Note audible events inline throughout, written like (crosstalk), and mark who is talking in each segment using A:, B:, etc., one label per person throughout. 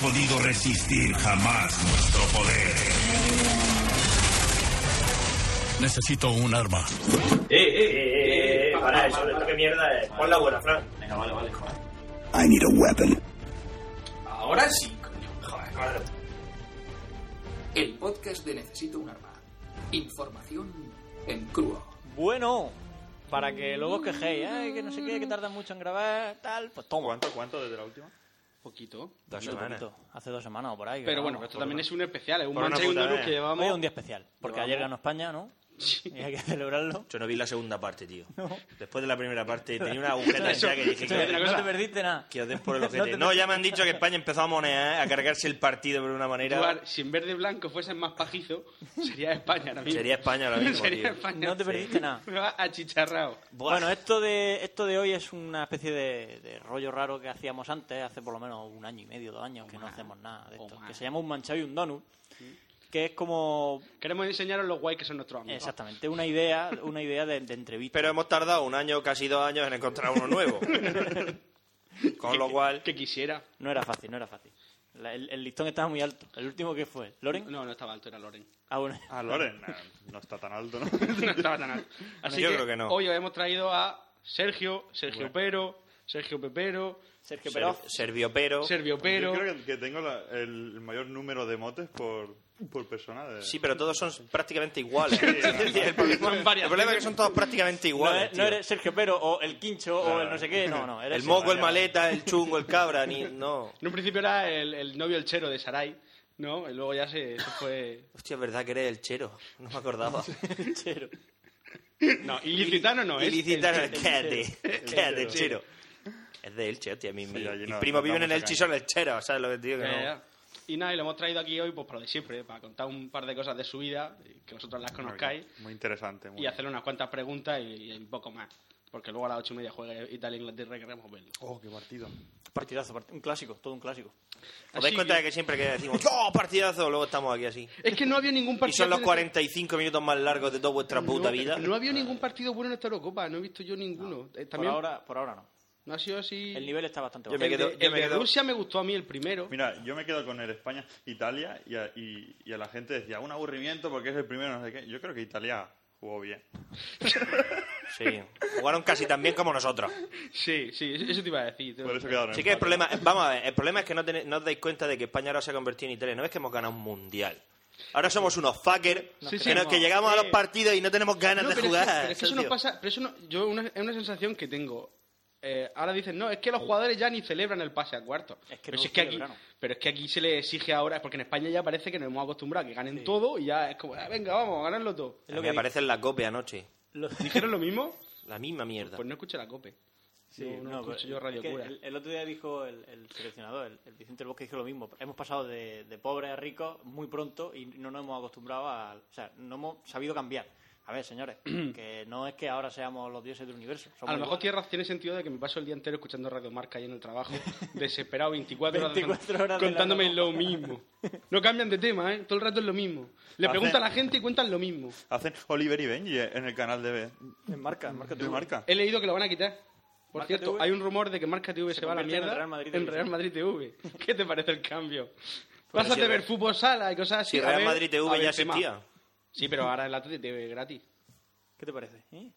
A: podido resistir jamás nuestro poder.
B: Necesito un arma.
C: Eh, eh, eh, eh, para eso, esta que mierda es. Pon la buena, Fran. Venga, vale, vale, joder.
D: I need a weapon.
C: Ahora sí, coño. Joder, madre.
E: El podcast de Necesito un arma. Información en crudo.
F: Bueno, para que luego os quejéis, ay, que no sé qué, que tardan mucho en grabar, tal, pues toma.
G: ¿Cuánto, cuánto desde la última?
H: Poquito.
F: Muy poquito, Hace dos semanas o por ahí.
H: Pero
F: grabamos,
H: bueno, esto
F: por-
H: también es un especial, es un
G: Por una
H: mancha y un
G: puta
H: donut
G: vez.
H: que
F: Hoy es
H: llevamos.
F: un día especial, porque ayer ganó España, (laughs) ¿no? Y hay que celebrarlo.
B: Yo no vi la segunda parte, tío. Después de la primera parte tenía una agujeta ya que dije
H: eso
B: que,
H: es una
F: no
H: cosa.
F: te perdiste nada.
B: que os den por el
F: No
B: ojete.
F: te-
B: No, ya me han dicho que España empezó a monear, a cargarse el partido de una manera.
H: Jugar, si en verde blanco fuesen más
B: (laughs)
H: pajizo, sería España ahora mismo.
B: Sería España ahora mismo,
H: (laughs) Sería
B: tío.
H: España.
F: No te perdiste nada.
H: (laughs) Me va achicharrado.
B: Buah.
F: Bueno, esto de, esto de hoy es una especie de, de rollo raro que hacíamos antes, hace por lo menos un año y medio, dos años, que no hacemos nada de
H: o
F: esto,
H: más.
F: que se llama un manchado y un donut, que es como,
H: Queremos enseñaros lo guay que son nuestros amigos.
F: exactamente, una idea una idea de, de entrevista.
B: Pero hemos tardado un año, casi dos años en encontrar uno nuevo. Con lo cual,
H: Que quisiera.
F: No era fácil, no era fácil. La- el, el listón estaba muy alto. ¿El último que fue? ¿Loren?
H: No, no estaba alto, era Loren. (laughs)
F: Ah, bueno.
G: Ah, Loren. No, (laughs) no está tan alto, ¿no?
H: No estaba tan alto.
B: (laughs)
H: Así
B: Yo creo que no.
H: Hoy os hemos traído a Sergio, Sergio Pero, Sergio Pepero,
F: Sergio Peroz.
B: Servio Pero.
H: Sergio (laughs)
G: Yo
H: Pero.
G: creo que, que tengo la- el mayor número de motes por, por persona. De...
B: Sí, pero todos son prácticamente iguales. el
H: Son
B: problema,
H: varias
B: el problema es que son todos prácticamente
F: No,
B: iguales.
F: es- no
B: tío.
F: eres Sergio Pero o el Quincho o el no sé qué. No, no. Eres
B: el moco, el
F: Sergio.
B: maleta, el chungo, el cabra, ni. No.
H: En un principio era el, el novio el chero de Sarai, ¿no? Y luego ya se, se fue.
B: Hostia, es verdad que eres el chero. No me (laughs) acordaba.
F: Chero.
H: No, ilicitano no es.
B: Ilicitano,
H: el-
B: quédate. Quédate, el chero. Es de Elche, hostia. Mi, mi,
G: allí
B: mis
G: no-
B: primos
G: nos
B: viven en
G: vamos a
B: Elche y son el chero, ¿sabes lo que te digo? Que
H: Ya,
B: no.
H: ya. Y nada, y lo hemos traído aquí hoy pues para lo de siempre, para contar un par de cosas de su vida, y que vosotros las
G: Muy bien,
H: conozcáis,
G: Muy interesante. Muy
H: y hacerle unas cuantas preguntas y, y un poco más. Porque luego a las ocho y media juega Italia-Inglaterra y queremos verlo.
G: Oh, qué partido.
F: Partidazo, part- un clásico, todo un clásico.
B: ¿Os dais
H: Así
B: cuenta
H: que-
B: de que siempre que decimos (laughs) ¡Oh, partidazo! Luego estamos aquí así.
H: Es que no había ningún
B: Y
H: partido...
B: son los 45 minutos más largos de toda vuestra puta
H: no,
B: vida. Ah.
H: No había ningún partido bueno en esta Eurocopa, no he visto yo ninguno. Eh,
F: Por
H: También
F: ahora, por ahora no.
H: no ha sido así...
F: El nivel está bastante
B: Yo
F: bajo.
B: me
H: El
B: quedo-
H: de,
B: yo
H: el
B: me
H: de
B: quedo-
H: Rusia me gustó a mí el primero.
G: Mira, yo me quedo con el España-Italia y, a- y, y a la gente decía un aburrimiento porque es el primero, no sé qué. Yo creo que Italia jugó bien.
B: Sí. Jugaron casi tan bien como nosotros.
H: Sí, sí, eso te iba a decir.
G: Por eso quedaron
B: Sí que el
G: empate.
B: problema, eh, vamos a ver, el problema es que no, tenéis- no os dais cuenta de que España ahora se ha convertido en Italia. No es que hemos ganado un mundial. Ahora somos unos fuckers
H: Sí,
B: que,
H: sí.
B: no- que llegamos a los partidos y no tenemos ganas
H: No,
B: de
H: pero es que-
B: jugar.
H: pero es que eso no
B: tío.
H: pasa. Pero eso no, yo una, es una sensación que tengo. Eh, ahora dicen, no, es que los jugadores ya ni celebran el pase a cuarto.
F: Es que
H: pero,
F: no lo
H: si es que aquí,
F: celebraron.
H: pero es que aquí se le exige ahora, porque en España ya parece que nos hemos acostumbrado a que ganen todo y ya es como, "Ah, venga, vamos, a ganarlo todo.
B: A mí me aparece en la cope anoche.
F: Lo-
H: ¿Dijeron lo mismo?
B: La misma mierda.
H: Pues no escuché la cope.
F: Sí,
H: no, no,
F: no,
H: escucho
F: pero
H: yo
F: es
H: Radio
F: que
H: Cura.
F: El, el otro día dijo el, el seleccionador, el, el Vicente del Bosque, dijo lo mismo. Hemos pasado de, de pobres a ricos muy pronto y no nos hemos acostumbrado a... O sea, no hemos sabido cambiar. A ver,
H: (clears throat)
F: señores, que no es que ahora seamos los dioses del universo. somos
H: A lo mejor
F: iguales.
H: Tierras tiene sentido de que me paso el día entero escuchando Radio Marca ahí en el
F: (laughs)
H: trabajo, desesperado, 24 horas,
F: 24 horas de la
H: contándome
F: Radio
H: lo mismo. No cambian de tema, ¿eh? Todo el rato es lo mismo. Le
G: Hace-
H: preguntan a la gente y cuentan lo mismo.
G: Hacen Oliver y Benji en el canal de,
F: En marca, en marca
G: de
F: tú.
G: marca.
H: He leído que lo van a quitar. Por
F: Marca
H: cierto,
F: TV.
H: hay un rumor de que Marca TV se,
F: Se
H: va a la
F: convierte en
H: mierda
F: Real Madrid
H: en
F: TV.
H: Real
F: (laughs)
H: Madrid TV. ¿Qué te parece el cambio?
F: Pues
H: Vas a
B: si
H: ver
B: Real-
H: fútbol sala y cosas así.
B: si
H: a
B: Real
H: ver-
B: Madrid
H: a
B: TV
H: ver
B: ya
H: tema.
B: existía.
H: Sí, pero ahora el Atlético TV
B: (laughs)
H: es gratis.
F: ¿Qué te parece?
B: A
F: ¿Eh?
B: mí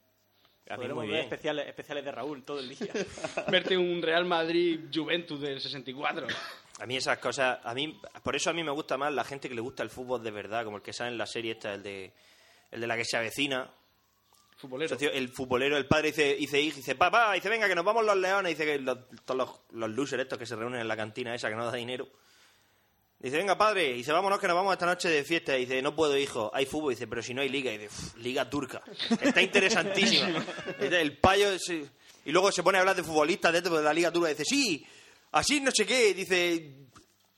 F: Podremos
B: muy
F: ver
B: bien.
F: especiales, especiales de Raúl todo el
H: (laughs)
F: día.
H: Verte un Real Madrid Juventus del 64.
B: A mí esas cosas, a mí, por eso a mí me gusta más la gente que le gusta el fútbol de verdad, como el que sale en la serie esta, el de, el de la que se avecina.
H: Futbolero.
B: Socio, el futbolero, el padre dice, dice, hijo, dice, papá, dice, venga, que nos vamos los leones, dice que los, todos los, los losers estos que se reúnen en la cantina esa que no da dinero. Dice, venga, padre, dice, vámonos que nos vamos esta noche de fiesta. Dice, no puedo, hijo, hay fútbol. Dice, pero si no hay liga. Dice, "Uf, liga turca. Está
H: (laughs)
B: interesantísima. Dice, el payo... se- Y luego se pone a hablar de futbolistas dentro de la liga turca. Dice, sí, así no sé qué. Dice,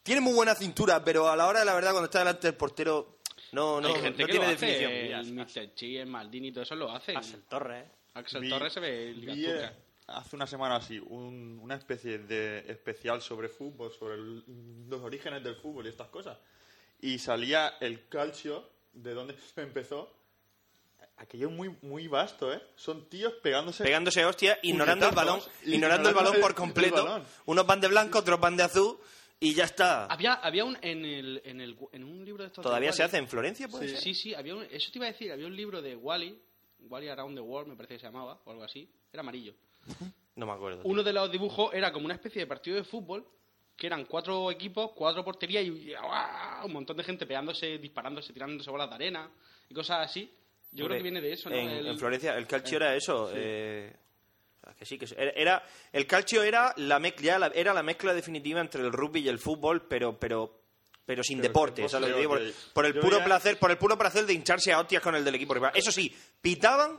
B: tiene muy buena cintura, pero a la hora de la verdad, cuando está delante del portero, no, no,
H: Hay gente
B: no
H: que
B: tiene
H: lo
B: definición.
H: hace.
B: Mira,
H: El Mr. Chi, el Maldini, todo eso lo hace.
F: Axel Torres.
H: Axel
G: Vi-
H: Torres se ve el
G: vi, eh, hace una semana así un- una especie de especial sobre fútbol, sobre el- los orígenes del fútbol y estas cosas. Y salía el calcio de donde (laughs) empezó. Aquello es muy, muy vasto, ¿eh? Son tíos pegándose.
B: pegándose a hostia, ignorando el balón,
G: Puñetazos,
B: ignorando el balón
G: ignorando
B: por
G: el-
B: completo.
G: el balón.
B: Unos van de blanco, otros van de azul, Y ya está.
H: Había, había un en el, en el en un libro de estos de
B: ¿Todavía se
H: Wall-E.
B: hace en Florencia, puede ser?
H: Sí, sí, había un- eso te iba a decir, había un libro de Wally, Wally Around the World, me parece que se llamaba, o algo así, era amarillo.
B: No me acuerdo. tío.
H: Uno de los dibujos era como una especie de partido de fútbol, que eran cuatro equipos, cuatro porterías y, y ¡guau! un montón de gente pegándose, disparándose, tirándose bolas de arena y cosas así. Yo creo
B: Porque
H: que viene de eso, ¿no?
B: En,
H: El-
B: en Florencia, el calcio era eso. eh, o sea, que sí, que sí. Era, era- el calcio era la, mez- ya la- era la mezcla definitiva entre el rugby y el fútbol, pero, pero, pero sin
G: Pero
B: deporte.
G: sin
B: o sea, lo
G: poseo,
B: digo por,
G: que-
B: por el
G: yo
B: puro
G: ya-
B: placer, por el puro placer de hincharse a hostias con el del equipo rival. Eso sí, pitaban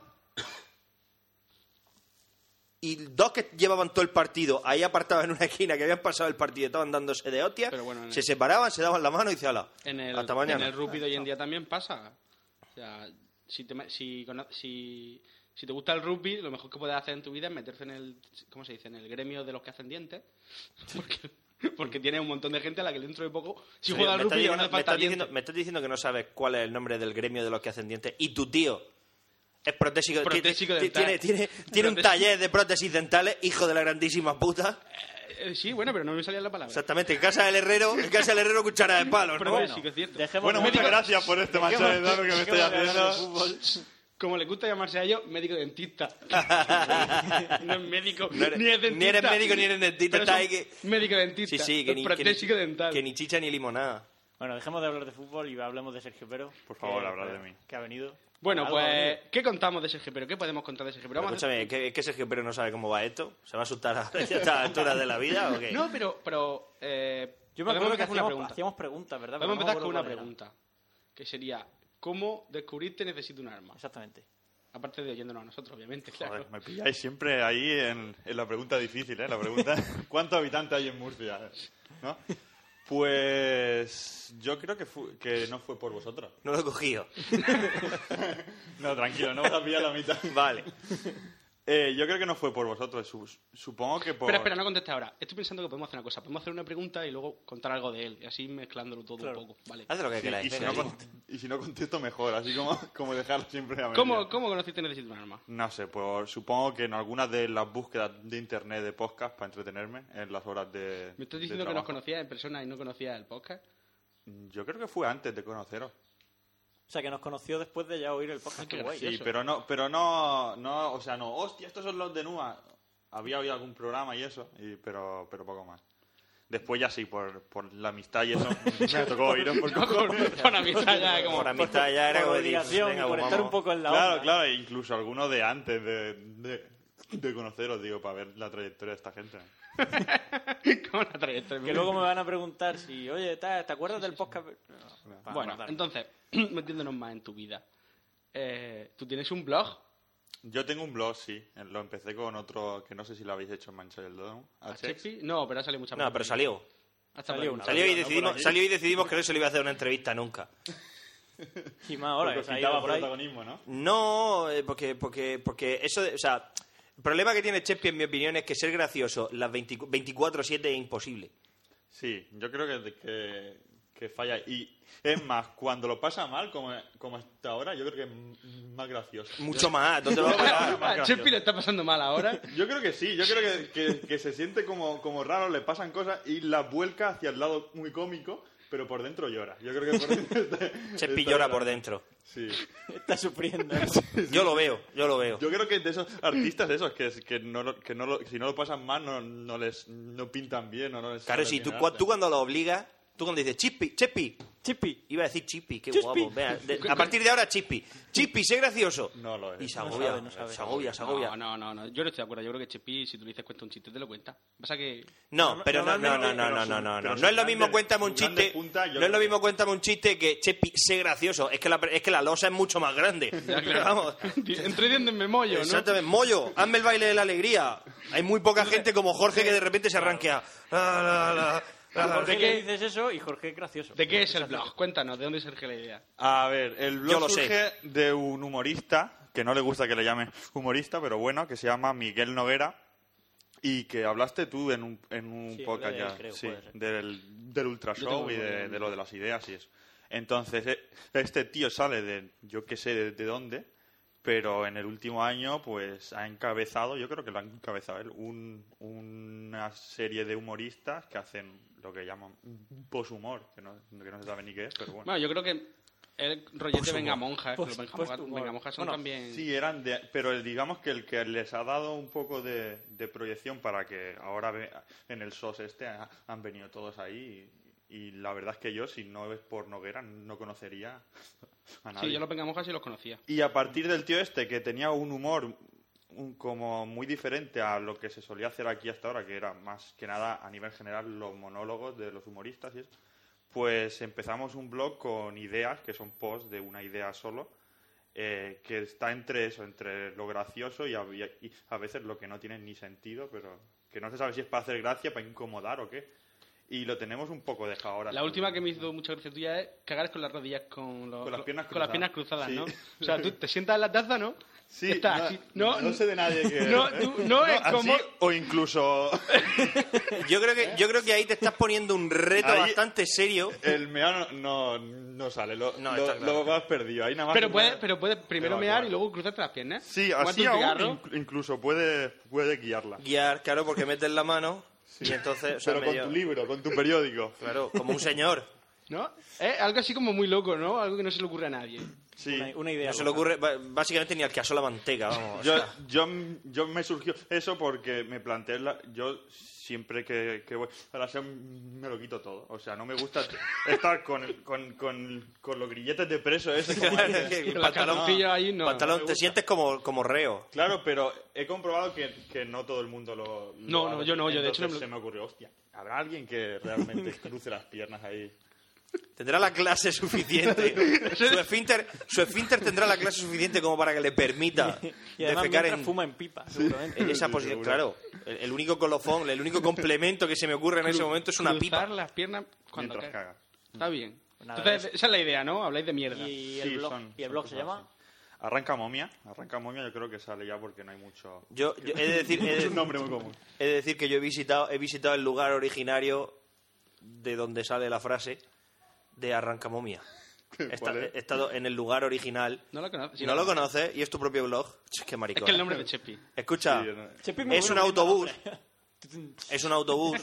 B: y dos que llevaban todo el partido ahí apartados en una esquina que habían pasado el partido y estaban dándose de hostias,
H: Pero bueno, en
B: se
H: el-
B: separaban, se daban la mano y se ala.
H: En el,
B: hasta mañana.
H: En el rugby de hoy en día también pasa. O sea, si te, ma- si, cono- si, si te gusta el rugby, lo mejor que puedes hacer en tu vida es meterse en el, ¿cómo se dice? En el gremio de los que hacen dientes. Porque, porque tiene un montón de gente a la que dentro de poco, si
B: Sí,
H: juega al
B: me estás
H: rugby, ya no
B: diciendo-
H: le
B: me
H: falta
B: estás diciendo-
H: dientes.
B: me estás diciendo que no sabes cuál es el nombre del gremio de los que hacen dientes y tu tío es protésico, ti-
H: Protésico
B: ti-
H: dental.
B: tiene, tiene, tiene un
H: Protésico.
B: taller de prótesis dentales, hijo de la grandísima puta.
H: Eh, sí, bueno, pero no me salía la palabra.
B: Exactamente, en casa del herrero, en casa del herrero cuchara de palo, ¿no?
H: Protésico,
B: Bueno.
H: es cierto.
F: Dejemos
G: Bueno,
F: de-
G: muchas gracias por este macho de dados que me estoy
F: dejemos de hablar de
G: haciendo.
F: fútbol.
H: Como le gusta llamarse a ellos,
B: (laughs)
H: médico dentista. no es médico,
B: No eres-
H: ni es
B: ni
H: dentista.
B: eres médico, ni eres dentista,
H: Pero
B: está
H: son
B: ahí que-
H: Médico dentista.
B: Sí, sí, que ni, que, ni,
H: protésico dental.
B: que ni chicha ni limonada.
F: Bueno, dejemos de hablar de fútbol y hablemos de Sergio Pero.
G: Por favor, hablar de mí.
F: Que ha venido.
H: Bueno,
F: Algo ha
H: pues,
F: venido.
H: ¿qué contamos de Sergio Pero? ¿Qué podemos contar de Sergio Pero?
B: Pero
H: Vamos a hacer-
B: escúchame, ¿qué, qué Sergio Pero no sabe cómo va esto? ¿Se va a asustar a (laughs) a esta altura de la vida o qué?
H: No, pero, pero eh,
F: Yo me
H: podemos
F: acuerdo que
H: empezar con una
F: hacíamos,
H: pregunta.
F: hacíamos preguntas, ¿verdad? Pero
H: Podemos
F: no me
H: empezar con
F: acuerdo
H: una
F: cuál era.
H: pregunta, que sería, ¿cómo descubriste necesito un arma?
F: Exactamente.
H: Aparte de oyéndonos a nosotros, obviamente, claro.
G: Joder, me pilláis siempre ahí en, en la pregunta difícil, ¿eh? La pregunta, (laughs) ¿cuántos habitantes hay en Murcia? ¿No? Pues yo creo que, fu- que no fue por vosotros.
B: No lo he cogido.
G: No, tranquilo, no (laughs) vas a pillar la mitad.
B: Vale.
G: Eh, yo creo que no fue por vosotros. su- supongo que por...
H: Espera, espera, no contestes ahora. Estoy pensando que podemos hacer una cosa. Podemos hacer una pregunta y luego contar algo de él, y así mezclándolo todo
F: Claro.
H: un poco. Vale.
B: Haz lo que
G: Sí,
B: queráis.
G: y, si
B: venga,
G: no
B: sí.
G: cont- y si no contesto, mejor. Así como, como dejarlo siempre a
H: ¿Cómo,
G: medias.
H: ¿Cómo conociste necesito un arma?
G: No sé, pues supongo que en algunas de las búsquedas de internet de podcast para entretenerme en las horas de.
H: ¿Me estás
G: de
H: diciendo que nos
G: trabajo.
H: conocías en persona y no conocías
F: (laughs)
H: el podcast?
G: Yo creo que fue antes de conoceros.
F: O sea, que nos conoció después de ya oír el podcast.
H: Ay,
F: Qué
H: qué
F: guay.
G: Sí,
H: Eso.
G: pero no, pero no, no, o sea, no, hostia, estos son los de NUA. Había oído algún programa y eso, y- pero, pero poco más. Después ya sí, por, por la amistad y
F: (laughs)
G: eso, me tocó oíros por
H: No,
G: cojones.
H: con, con amistad ya, como... (laughs)
B: Por amistad ya era
F: Por
B: como decir,
F: obligación
B: venga,
F: y por
B: pues
F: estar
B: vamos.
F: un poco en la
G: Claro,
F: onda.
G: claro, e incluso algunos de antes de, de, de conoceros, digo, para ver la trayectoria de esta gente.
H: con la trayectoria.
F: Que luego me van a preguntar si, oye, ta- ¿te acuerdas del podcast? No, va,
H: Bueno,
F: dale.
H: entonces, (clears throat) metiéndonos más en tu vida. Eh, ¿Tú tienes un blog?
G: Yo tengo un blog, sí. eh, Lo empecé con otro que no sé si lo habéis hecho en Mancha del Dodo.
F: Ah,
H: Shakespeare? No, pero ha salido muchas
B: No, pero salió.
H: Hasta
F: salió
H: por
F: una.
H: ahí.
B: Salió y,
G: ¿no? Por
B: decidimos,
G: allí.
B: salió y decidimos que no se le iba a hacer una entrevista nunca.
F: Y más ahora, que se ha ido por ahí.
G: protagonismo, ¿no?
B: No, eh, porque, porque, porque eso, de- o sea, el problema que tiene Chespi, en mi opinión, es que ser gracioso las 20 24-7 es imposible.
G: Sí, yo creo que, que, que falla. Y es más, cuando lo pasa mal, como, como hasta ahora, yo creo que es m- más gracioso.
B: Mucho más, (laughs) ¿dónde va a parar?
G: más
H: A
G: gracioso.
H: Shakespeare Ah, le está pasando mal ahora.
G: Yo creo que sí, yo creo que, que- que se siente como, como raro, le pasan cosas y la vuelca hacia el lado muy cómico, pero por dentro llora. Yo creo que
B: (laughs)
G: por dentro. está-
B: Chespi
G: está
B: llora por
G: llorando.
B: (laughs) dentro.
G: Sí.
F: Está
H: (laughs)
F: sufriendo.
B: Yo lo veo, yo lo veo.
G: Yo creo que es de esos artistas esos que, que, no, lo- que no lo- si no lo pasan mal no, no les no pintan bien o no les
B: Claro,
G: sale
B: si
G: bien
B: tú,
G: el
B: cua-
G: arte.
B: tú cuando lo obligas, tú cuando dices, Chispi, Chespi,
F: Chipi.
B: iba a decir Chispi, qué
F: Chispi.
B: guapo. vea, de- a partir de ahora, Chispi. Chispi, sé gracioso.
G: No lo es.
B: Y se
F: No
B: agobia,
F: sabe, no sabe.
B: se agobia, (laughs) se agobia.
H: No, no, no, no. Yo no estoy de acuerdo. Yo creo que Chepi, si tú le dices cuenta un chiste, te lo cuenta. Pasa
B: (laughs)
H: que. (laughs)
B: No, pero no, no, no, no,
G: normalmente-
B: no,
G: pero
B: no,
G: su-
B: no,
G: pero
B: no.
G: su
B: No es lo
G: grande-
B: mismo cuéntame un
G: su grande
B: chiste.
G: punta,
B: No es
G: yo creo
B: lo
G: que-
B: mismo cuéntame un chiste que Chepi sé gracioso. Es que la, es que la losa es mucho más
G: (laughs)
B: grande. Pero vamos.
H: Entre dientes me mollo, ¿no?
B: Exactamente, Moyo, hazme el baile de la alegría. Hay muy poca gente como Jorge que de repente se arranquea.
F: Jorge
H: ¿De
F: le
H: qué?
F: dices eso y Jorge es gracioso.
H: ¿De qué es el blog? Cuéntanos, ¿de dónde surge la idea?
G: A ver, el
B: Yo
G: blog
B: lo sé.
G: surge de un humorista, que no le gusta que le llamen humorista, pero bueno, que se llama Miguel Noguera, y que hablaste tú en un, en un
F: Sí,
G: podcast
F: hablé de él,
G: ya,
F: creo,
G: sí,
F: puede ser.
G: del, del Ultra
H: Yo
G: Show
H: tengo
G: y
H: muy
G: de,
H: bien.
G: de lo de las ideas y eso. Entonces, eh, este tío sale de, yo qué sé de, de dónde, Pero en el último año, pues ha encabezado, yo creo que lo ha encabezado él, un- una serie de humoristas que hacen lo que llaman poshumor, que no, que no se sabe ni qué es, pero bueno.
H: Bueno, yo creo que el rollete Venga Monja,
B: Pues- pues humor.
H: Venga Monja son
B: Bueno,
H: también...
G: Sí, eran de, pero el- digamos que el que les ha dado un poco de, de proyección para que ahora ve- en el SOS este ha- han venido todos ahí y, y la verdad es que yo si no es por Noguera no conocería a nadie.
H: Sí, yo los Venga Monja sí los conocía.
G: Y a partir del tío este que tenía un humor un- como muy diferente a lo que se solía hacer aquí hasta ahora, que era más que nada a nivel general los monólogos de los humoristas y esto, pues empezamos un blog con ideas, que son posts de una idea solo, eh, que está entre eso, entre lo gracioso y a, y a veces lo que no tiene ni sentido, pero que no se sabe si es para hacer gracia, para incomodar o qué. Y lo tenemos un poco dejado ahora.
H: La última que me hizo mucha gracia tuya es cagar con las rodillas con, los-
G: Con las piernas
H: con las
G: cruzadas.
H: piernas cruzadas,
G: Sí.
H: ¿no? O sea, tú te sientas en la taza, ¿no?
G: Sí,
H: Estás
G: no,
H: así.
G: no, sé de nadie que...
H: No, tú- no, es
G: así
H: como-
G: O incluso
B: Yo creo que, yo creo que ahí te estás poniendo un reto
G: Ahí-
B: bastante serio.
G: el meao no, no sale, lo,
B: No,
G: lo,
B: está claro.
G: lo has perdido. Ahí nada más
H: Pero
G: que
H: puedes,
G: una-
H: pero puedes primero
G: Pero,
H: mear
G: claro.
H: y luego cruzarte las piernas.
G: Sí,
H: Fumarte
G: así
H: un
G: aún
H: cigarro.
G: inc- incluso puede, puede guiarla.
B: Guiar, claro, porque metes la mano y entonces... o sea,
G: Pero con
B: medio-
G: tu libro, con tu periódico.
B: Claro, como un
G: (laughs)
B: señor.
H: ¿No? Es algo así como muy loco, ¿no? Algo que no se le ocurre a nadie.
G: Sí.
F: Una, una idea.
B: No se le
F: loca.
B: ocurre ba- básicamente ni al que asó la manteca, vamos. o
G: Yo,
B: sea.
G: yo, yo me surgió eso porque me planteé la, yo siempre que, que voy a la SEM me lo quito todo. O sea, no me
B: (laughs)
G: gusta estar con, con, con, con los grilletes de preso ese. como
H: (laughs)
G: antes.
B: El
H: Con la
B: pantalón-
H: calzoncilla ahí no.
B: pantalón,
H: no me
B: te
H: gusta.
B: sientes como, como reo.
G: Claro, pero he comprobado que, que no todo el mundo lo. lo
H: No, no,
G: hace.
H: yo no, yo de hecho
G: Entonces
H: no me lo-
G: se me ocurrió, hostia, ¿habrá alguien que
H: (laughs)
G: realmente cruce las piernas ahí?
B: Tendrá la clase suficiente. su, esfínter, su esfínter tendrá la clase suficiente como para que le permita
F: (laughs) Y además
B: defecar
F: mientras
B: en,
F: fuma en pipa, seguramente.
G: (laughs)
B: en esa posición. Claro, el, el único colofón, el único complemento que se me ocurre en ese momento es una
H: Cruzar
B: pipa.
H: las piernas cuando
G: Mientras
H: cagas.
G: cagas.
H: Está bien.
F: Pues Nada,
H: Entonces, esa es la idea, ¿no? Habláis de mierda.
F: Y el
G: Sí,
F: blog,
G: son-
F: y el
G: son
F: blog se
G: cosas
F: llama...
G: así. Arranca momia. Arranca momia, yo creo que sale ya porque no
H: (laughs)
G: hay mucho.
B: Yo, yo he, de decir, he,
G: (laughs) es un
B: de,
G: nombre muy común.
B: he de decir que yo he visitado, he visitado el lugar originario de donde sale la frase de Arrancamomia. He, esta-
G: ¿Cuál es?
B: he estado en el lugar original.
H: No lo conoces.
B: Si no lo conoces y es tu propio blog, ch, qué maricón.
H: Es que el nombre es de Chepi.
B: Escucha,
G: Sí, yo no-
F: Chepi me
B: es un
F: vuelve loco.
B: autobús, es un autobús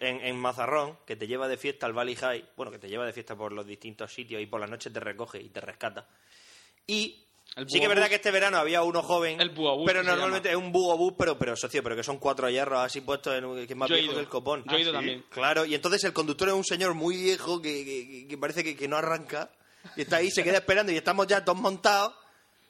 B: en, en Mazarrón que te lleva de fiesta al Valley High, bueno, que te lleva de fiesta por los distintos sitios y por las noches te recoge y te rescata. Y
H: El
B: sí que es
H: buobús.
B: verdad que este verano había uno joven,
H: El buobús,
B: pero
H: que se
B: normalmente es un bugobús, pero, pero socio, pero que son cuatro hierros así puestos en, un- que es más
H: Yo he
B: viejo
H: ido.
B: que el copón. Ah,
H: Yo he ido también.
B: Claro, y entonces el conductor es un señor muy viejo que, que- que parece que, que no arranca. Y está ahí, se queda esperando y estamos ya todos montados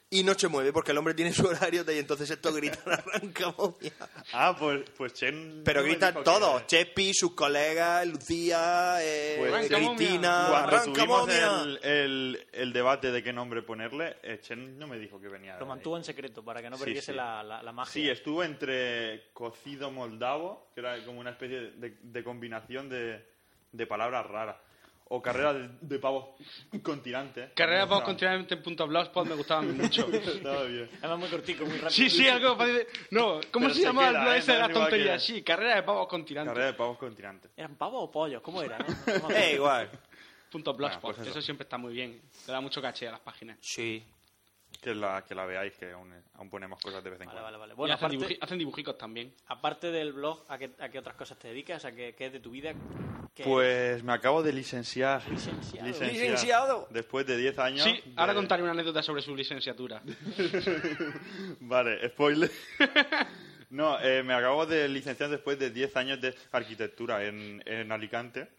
B: y no se mueve porque el hombre tiene su horario y entonces esto gritan (laughs) arranca momia.
G: Ah, pues, pues Chen.
B: Pero
G: no me
B: gritan
G: dijo que-
B: todos, Chepi, sus colegas, Lucía, eh,
G: Pues
B: eh,
G: Arranca
H: momia.
B: Cristina,
G: Cuando
B: arranca
G: tuvimos
B: momia.
G: el, el, el debate de qué nombre ponerle, eh, Chen no me dijo que venía. de
F: Lo
G: ahí.
F: mantuvo en secreto para que no
G: Sí,
F: perdiese
G: sí.
F: La, la, la magia.
G: Sí, estuvo entre cocido moldavo, que era como una especie de, de combinación de, de palabras raras, o carrera de, de pavos con tirantes.
H: Carrera
G: También
H: vos continuamente en punto blogspot me gustaba a mí mucho.
G: estaba- Estaba bien.
F: Además muy cortico, muy rápido.
H: Sí, sí, algo fácil de- No, ¿cómo
G: Pero
H: se
G: se
H: llama el
G: queda,
H: blog
G: ¿eh?
H: ese de
G: No es
H: las
G: igual que-
H: tonterías? Sí, carrera de pavos con tirantes.
G: Carrera de pavos con tirantes.
F: ¿Eran pavos o pollos? ¿Cómo era? no? No
B: (laughs)
F: me
B: Eh,
F: acuerdo.
B: igual.
H: Punto blogspot.
G: Ah, pues eso.
H: eso. siempre está muy bien. Le da mucho caché a las páginas.
B: Sí.
G: Que la, que la veáis, que aún, aún ponemos cosas de vez en
F: Vale,
G: cuando.
F: vale, vale. Bueno,
H: Bueno, hacen,
F: aparte,
H: dibuji- hacen dibujicos también.
F: aparte del blog, ¿a qué, a qué otras cosas te dedicas? ¿A qué, qué es de tu vida? ¿Qué-
G: Pues me acabo de licenciar.
F: Licenciado.
B: Licenciado.
G: Después de 10 años.
H: Sí,
G: de-
H: ahora contaré una anécdota sobre su licenciatura.
G: (laughs) Vale, spoiler. (laughs) no, eh, me acabo de licenciar después de 10 años de arquitectura en, en Alicante.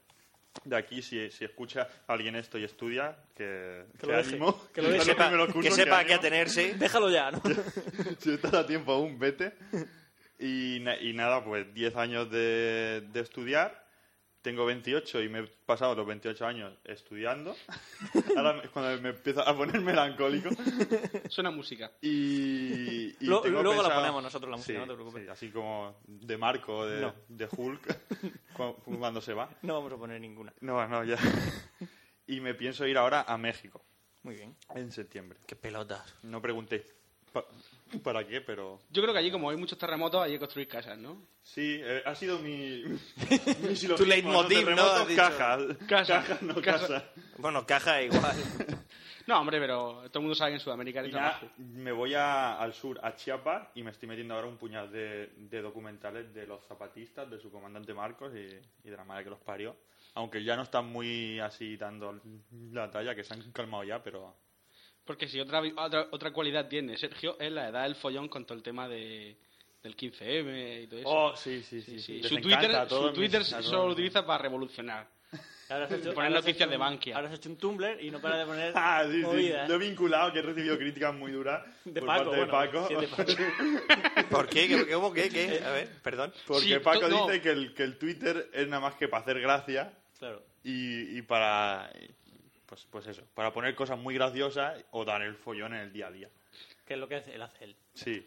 G: De aquí, si, si escucha alguien esto y estudia, que,
F: Que lo deje,
G: ánimo.
F: que lo
G: Son (laughs)
F: deje.
G: los
B: Sepa-
G: primeros
B: que
G: cursos,
B: sepa a
G: ánimo.
B: qué atenerse.
F: Déjalo ya, ¿no? (laughs)
G: (laughs) si estás a tiempo aún, vete. Y, na- y nada, pues 10 años de, de estudiar. Tengo 28 y me he pasado los 28 años estudiando. (laughs) Ahora es cuando me empiezo a poner melancólico.
H: Suena música.
G: Y, y
F: Lo-
G: tengo
F: luego la
G: pensado-
F: ponemos nosotros la música,
G: Sí,
F: no te preocupes.
G: sí, así como de Marco, de,
F: No.
G: de
F: (laughs)
G: Hulk, cu- cuando se va.
F: No vamos a poner ninguna.
G: No, no, ya. (laughs) Y me pienso ir ahora a México
F: Muy bien.
G: en septiembre.
B: Qué pelotas.
G: No preguntéis pa- para qué, pero
H: Yo creo que allí, como hay muchos terremotos, hay que construir casas, ¿no?
G: Sí, eh, ha sido mi. (laughs) mi silogismo,
B: leitmotiv, ¿no?
G: Terremotos,
B: Has dicho.
G: Cajas.
H: Casa.
G: Cajas, (laughs) no
H: Casa.
G: casa.
B: Bueno, caja igual.
H: No, hombre, pero todo el mundo sabe que en Sudamérica
G: Y
H: es
G: nada,
H: trabajo.
G: me voy a- al sur, a Chiapas, y me estoy metiendo ahora un puñado de, de documentales de los zapatistas, de su comandante Marcos y, y de la madre que los parió. Aunque ya no están muy así dando la talla, que se han calmado ya, pero
H: Porque si otra, otra, otra cualidad tiene Sergio es la edad del follón con todo el tema de, del 15M y todo eso.
G: Oh, sí, sí, sí. sí. Les
H: Su
G: encanta
H: Twitter,
G: a todos
H: su Twitter
G: mis- a todos
H: solo lo
G: mis-
H: utiliza para revolucionar.
F: Ahora has hecho-
H: Poner
F: ahora has
H: noticias
F: hecho
H: de
F: un-
H: Bankia.
F: Ahora has hecho un Tumblr y no para de poner
G: (laughs) (laughs) Ah, sí, sí.
H: ¿eh?
F: movidas. ¿eh?
G: Lo he vinculado, que he recibido críticas
H: (laughs)
G: muy duras
F: De
G: por
F: Paco,
G: parte de
F: bueno,
G: Paco.
F: sí, de
B: ¿Por qué? ¿Qué- ¿Cómo? ¿Qué? ¿Qué? A ver, perdón.
G: (laughs) Porque
H: Sí,
G: Paco
H: to- no.
G: dice que el, que el Twitter es nada más que para hacer gracia
F: Claro.
G: y, y para... Pues, pues eso, para poner cosas muy graciosas o dar el follón en el día a día.
F: Que es lo que hace, él hace él.
G: Sí.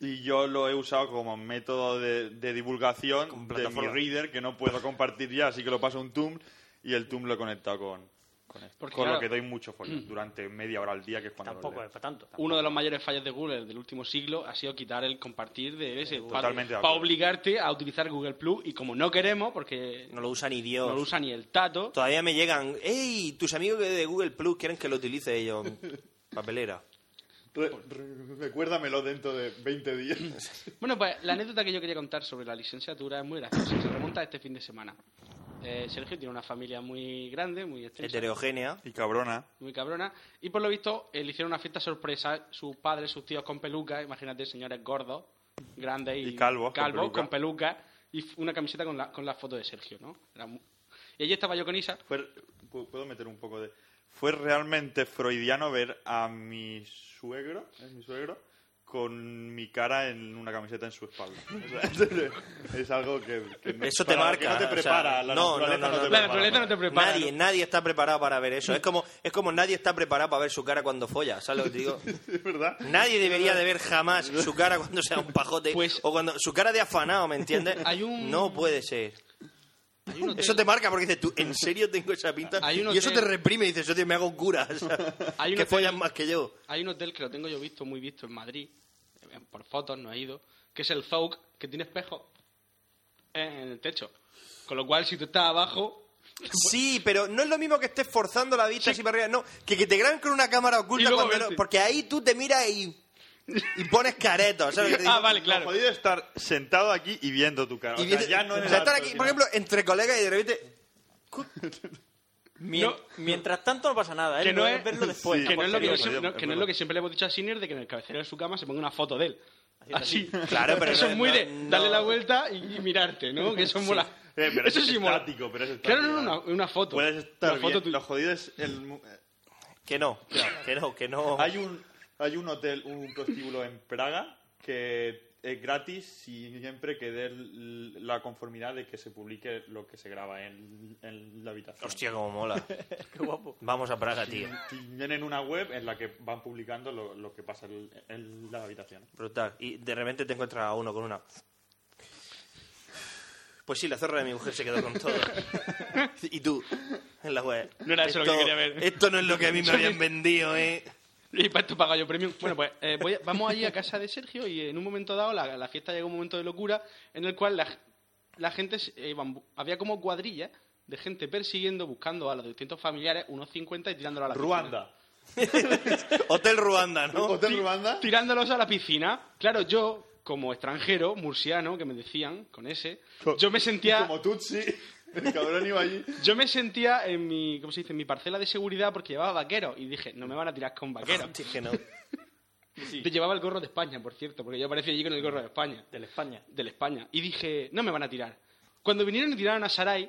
G: Y yo lo he usado como método de, de divulgación
B: Como
G: de mi
B: plataforma.
G: reader, que no puedo compartir ya, así que lo paso a un Tumblr y el Tumblr lo he conectado con, con, esto.
H: Porque,
G: Con lo
H: claro,
G: que doy mucho follón durante media hora al día, que es cuando lo
F: Tampoco
G: leo.
F: es para tanto.
H: Uno de los mayores fallos de Google del último siglo ha sido quitar el compartir de ese.
G: Totalmente de
H: Para
G: acuerdo.
H: obligarte a utilizar Google Plus y como no queremos, porque
B: No lo usa ni Dios.
H: no lo usa ni el tato,
B: Todavía me llegan, ¡Ey! Tus amigos de Google Plus quieren que lo utilice ellos.
H: (laughs)
B: Papelera.
G: Re- re- recuérdamelo dentro de 20 días.
H: Bueno, pues la anécdota que yo quería contar sobre la licenciatura es muy graciosa. Se remonta a este fin de semana. Eh, Sergio tiene una familia muy grande, muy extensa,
B: Heterogénea.
G: (laughs) Y cabrona.
H: muy cabrona. Y por lo visto, eh, le hicieron una fiesta sorpresa. Sus padres, sus tíos con peluca, imagínate, señores gordos, grandes y,
G: Y calvos, con
H: calvos, con peluca. y f- una camiseta con la, con la foto de Sergio, ¿no? Era mu- Y allí estaba yo con Isa.
G: Fue, pu- ¿Puedo meter un poco de...? Fue realmente freudiano ver a mi suegro, ¿es mi suegro? con mi cara en una camiseta en su espalda. (laughs) O sea, es- es algo que... que no-
B: Eso te
G: para lo que
B: marca,
G: no
B: o
G: te
B: sea,
G: prepara. la
B: no, no,
G: naturaleza
B: no,
G: no, te
B: no.
H: La
G: prepara.
H: naturaleza no te prepara.
B: nadie,
H: ¿no?
B: nadie está preparado para ver eso. Es como, es como nadie está preparado para ver su cara cuando folla, ¿sabes lo que te
H: (laughs)
B: digo?
G: Es (laughs) verdad.
B: Nadie debería de ver jamás su cara cuando sea un pajote
H: Pues-
B: o cuando su cara de afanado, ¿me entiendes?
H: Hay un-
B: No puede ser.
H: Hay un hotel-
B: Eso te marca porque dices tú, ¿en serio tengo esa pinta?
H: Hay un
B: Y eso te
H: hotel-
B: reprime y dices, yo me hago cura. (laughs) o sea,
H: Hay un
B: que
H: hotel-
B: follan más que yo.
H: Hay un hotel que lo tengo yo visto, muy visto en Madrid, eh, por fotos, no he ido, que es el Zouk, que tiene espejo eh, en el techo. Con lo cual, si tú estás abajo,
B: Sí, pero no es lo mismo que estés forzando la vista así para arriba, no, que, que te graben con una cámara oculta
H: Y luego
B: cuando no-
H: verte.
B: porque ahí tú te miras y, y pones caretos, ¿sabes lo que te digo?
H: Ah, vale, claro.
G: No podía estar sentado aquí y viendo tu cara.
B: Y
G: O sea,
B: vienes-
G: ya no en
B: o
G: el
B: sea, estar
G: acto,
B: aquí,
G: sino-
B: por ejemplo, entre colegas y de repente
F: Mien- Mientras tanto no pasa nada, ¿eh?
H: que no
F: Puedes
H: es,
F: verlo después.
G: Sí,
H: que no es lo que, yo
G: posteriori.
H: siempre- no-
G: Es
H: que no es
G: verdad.
H: lo que siempre le hemos dicho a Senior de que en el cabecero de su cama se ponga una foto de él. Así.
B: Claro, pero
H: Eso
B: no-
H: es muy de
B: no-
H: darle la
B: no.
H: vuelta y, y mirarte, ¿no? Que
G: (laughs)
H: eso mola.
G: Eh, pero
H: eso
G: es
H: sí mola.
G: estático, pero es
H: Claro, no,
G: estático.
H: no, una, una foto.
G: Puedes estar
H: Una foto
G: bien.
H: tuya.
G: Lo jodido es el... mu- eh,
B: que no, que no, que no.
G: Hay un, hay un hotel, un prostíbulo en Praga que es gratis siempre que dé l- la conformidad de que se publique lo que se graba en, en la habitación.
B: Hostia, cómo
H: (laughs)
B: mola.
F: Qué guapo.
B: Vamos a Praga, tío.
G: Tienen una web en la que van publicando lo, lo que pasa en, en la habitación.
B: Brutal. Y de repente te encuentras a uno con una. Pues sí, la zorra de mi mujer se quedó con todo. (laughs) y tú, en la web.
H: No era eso lo que quería ver.
B: Esto no es lo que a mí me habían vendido, ¿eh?
H: (laughs) Y para esto paga yo premium. Bueno, pues eh, voy a- vamos allí a casa de Sergio y en un momento dado la, la fiesta llegó a un momento de locura en el cual la, la gente se- eh, iban bu- había como cuadrillas de gente persiguiendo, buscando a los distintos familiares, unos 50 y tirándolos a la piscina.
G: Ruanda.
B: Hotel Ruanda, ¿no? Ah,
G: ¿Hotel Ruanda?
H: Tirándolos a la piscina. Claro, yo, como extranjero, murciano, que me decían con ese, yo me sentía...
G: Como Tutsi. El cabrón iba allí.
H: Yo me sentía en mi, ¿cómo se dice? En mi parcela de seguridad porque llevaba vaqueros y dije, no me van a tirar con vaqueros.
B: Dije no.
H: Te llevaba el gorro de España, por cierto, porque yo aparecí allí con el gorro de España.
F: Del España.
H: del España. Y dije, no me van a tirar. Cuando vinieron y tiraron a Sarai,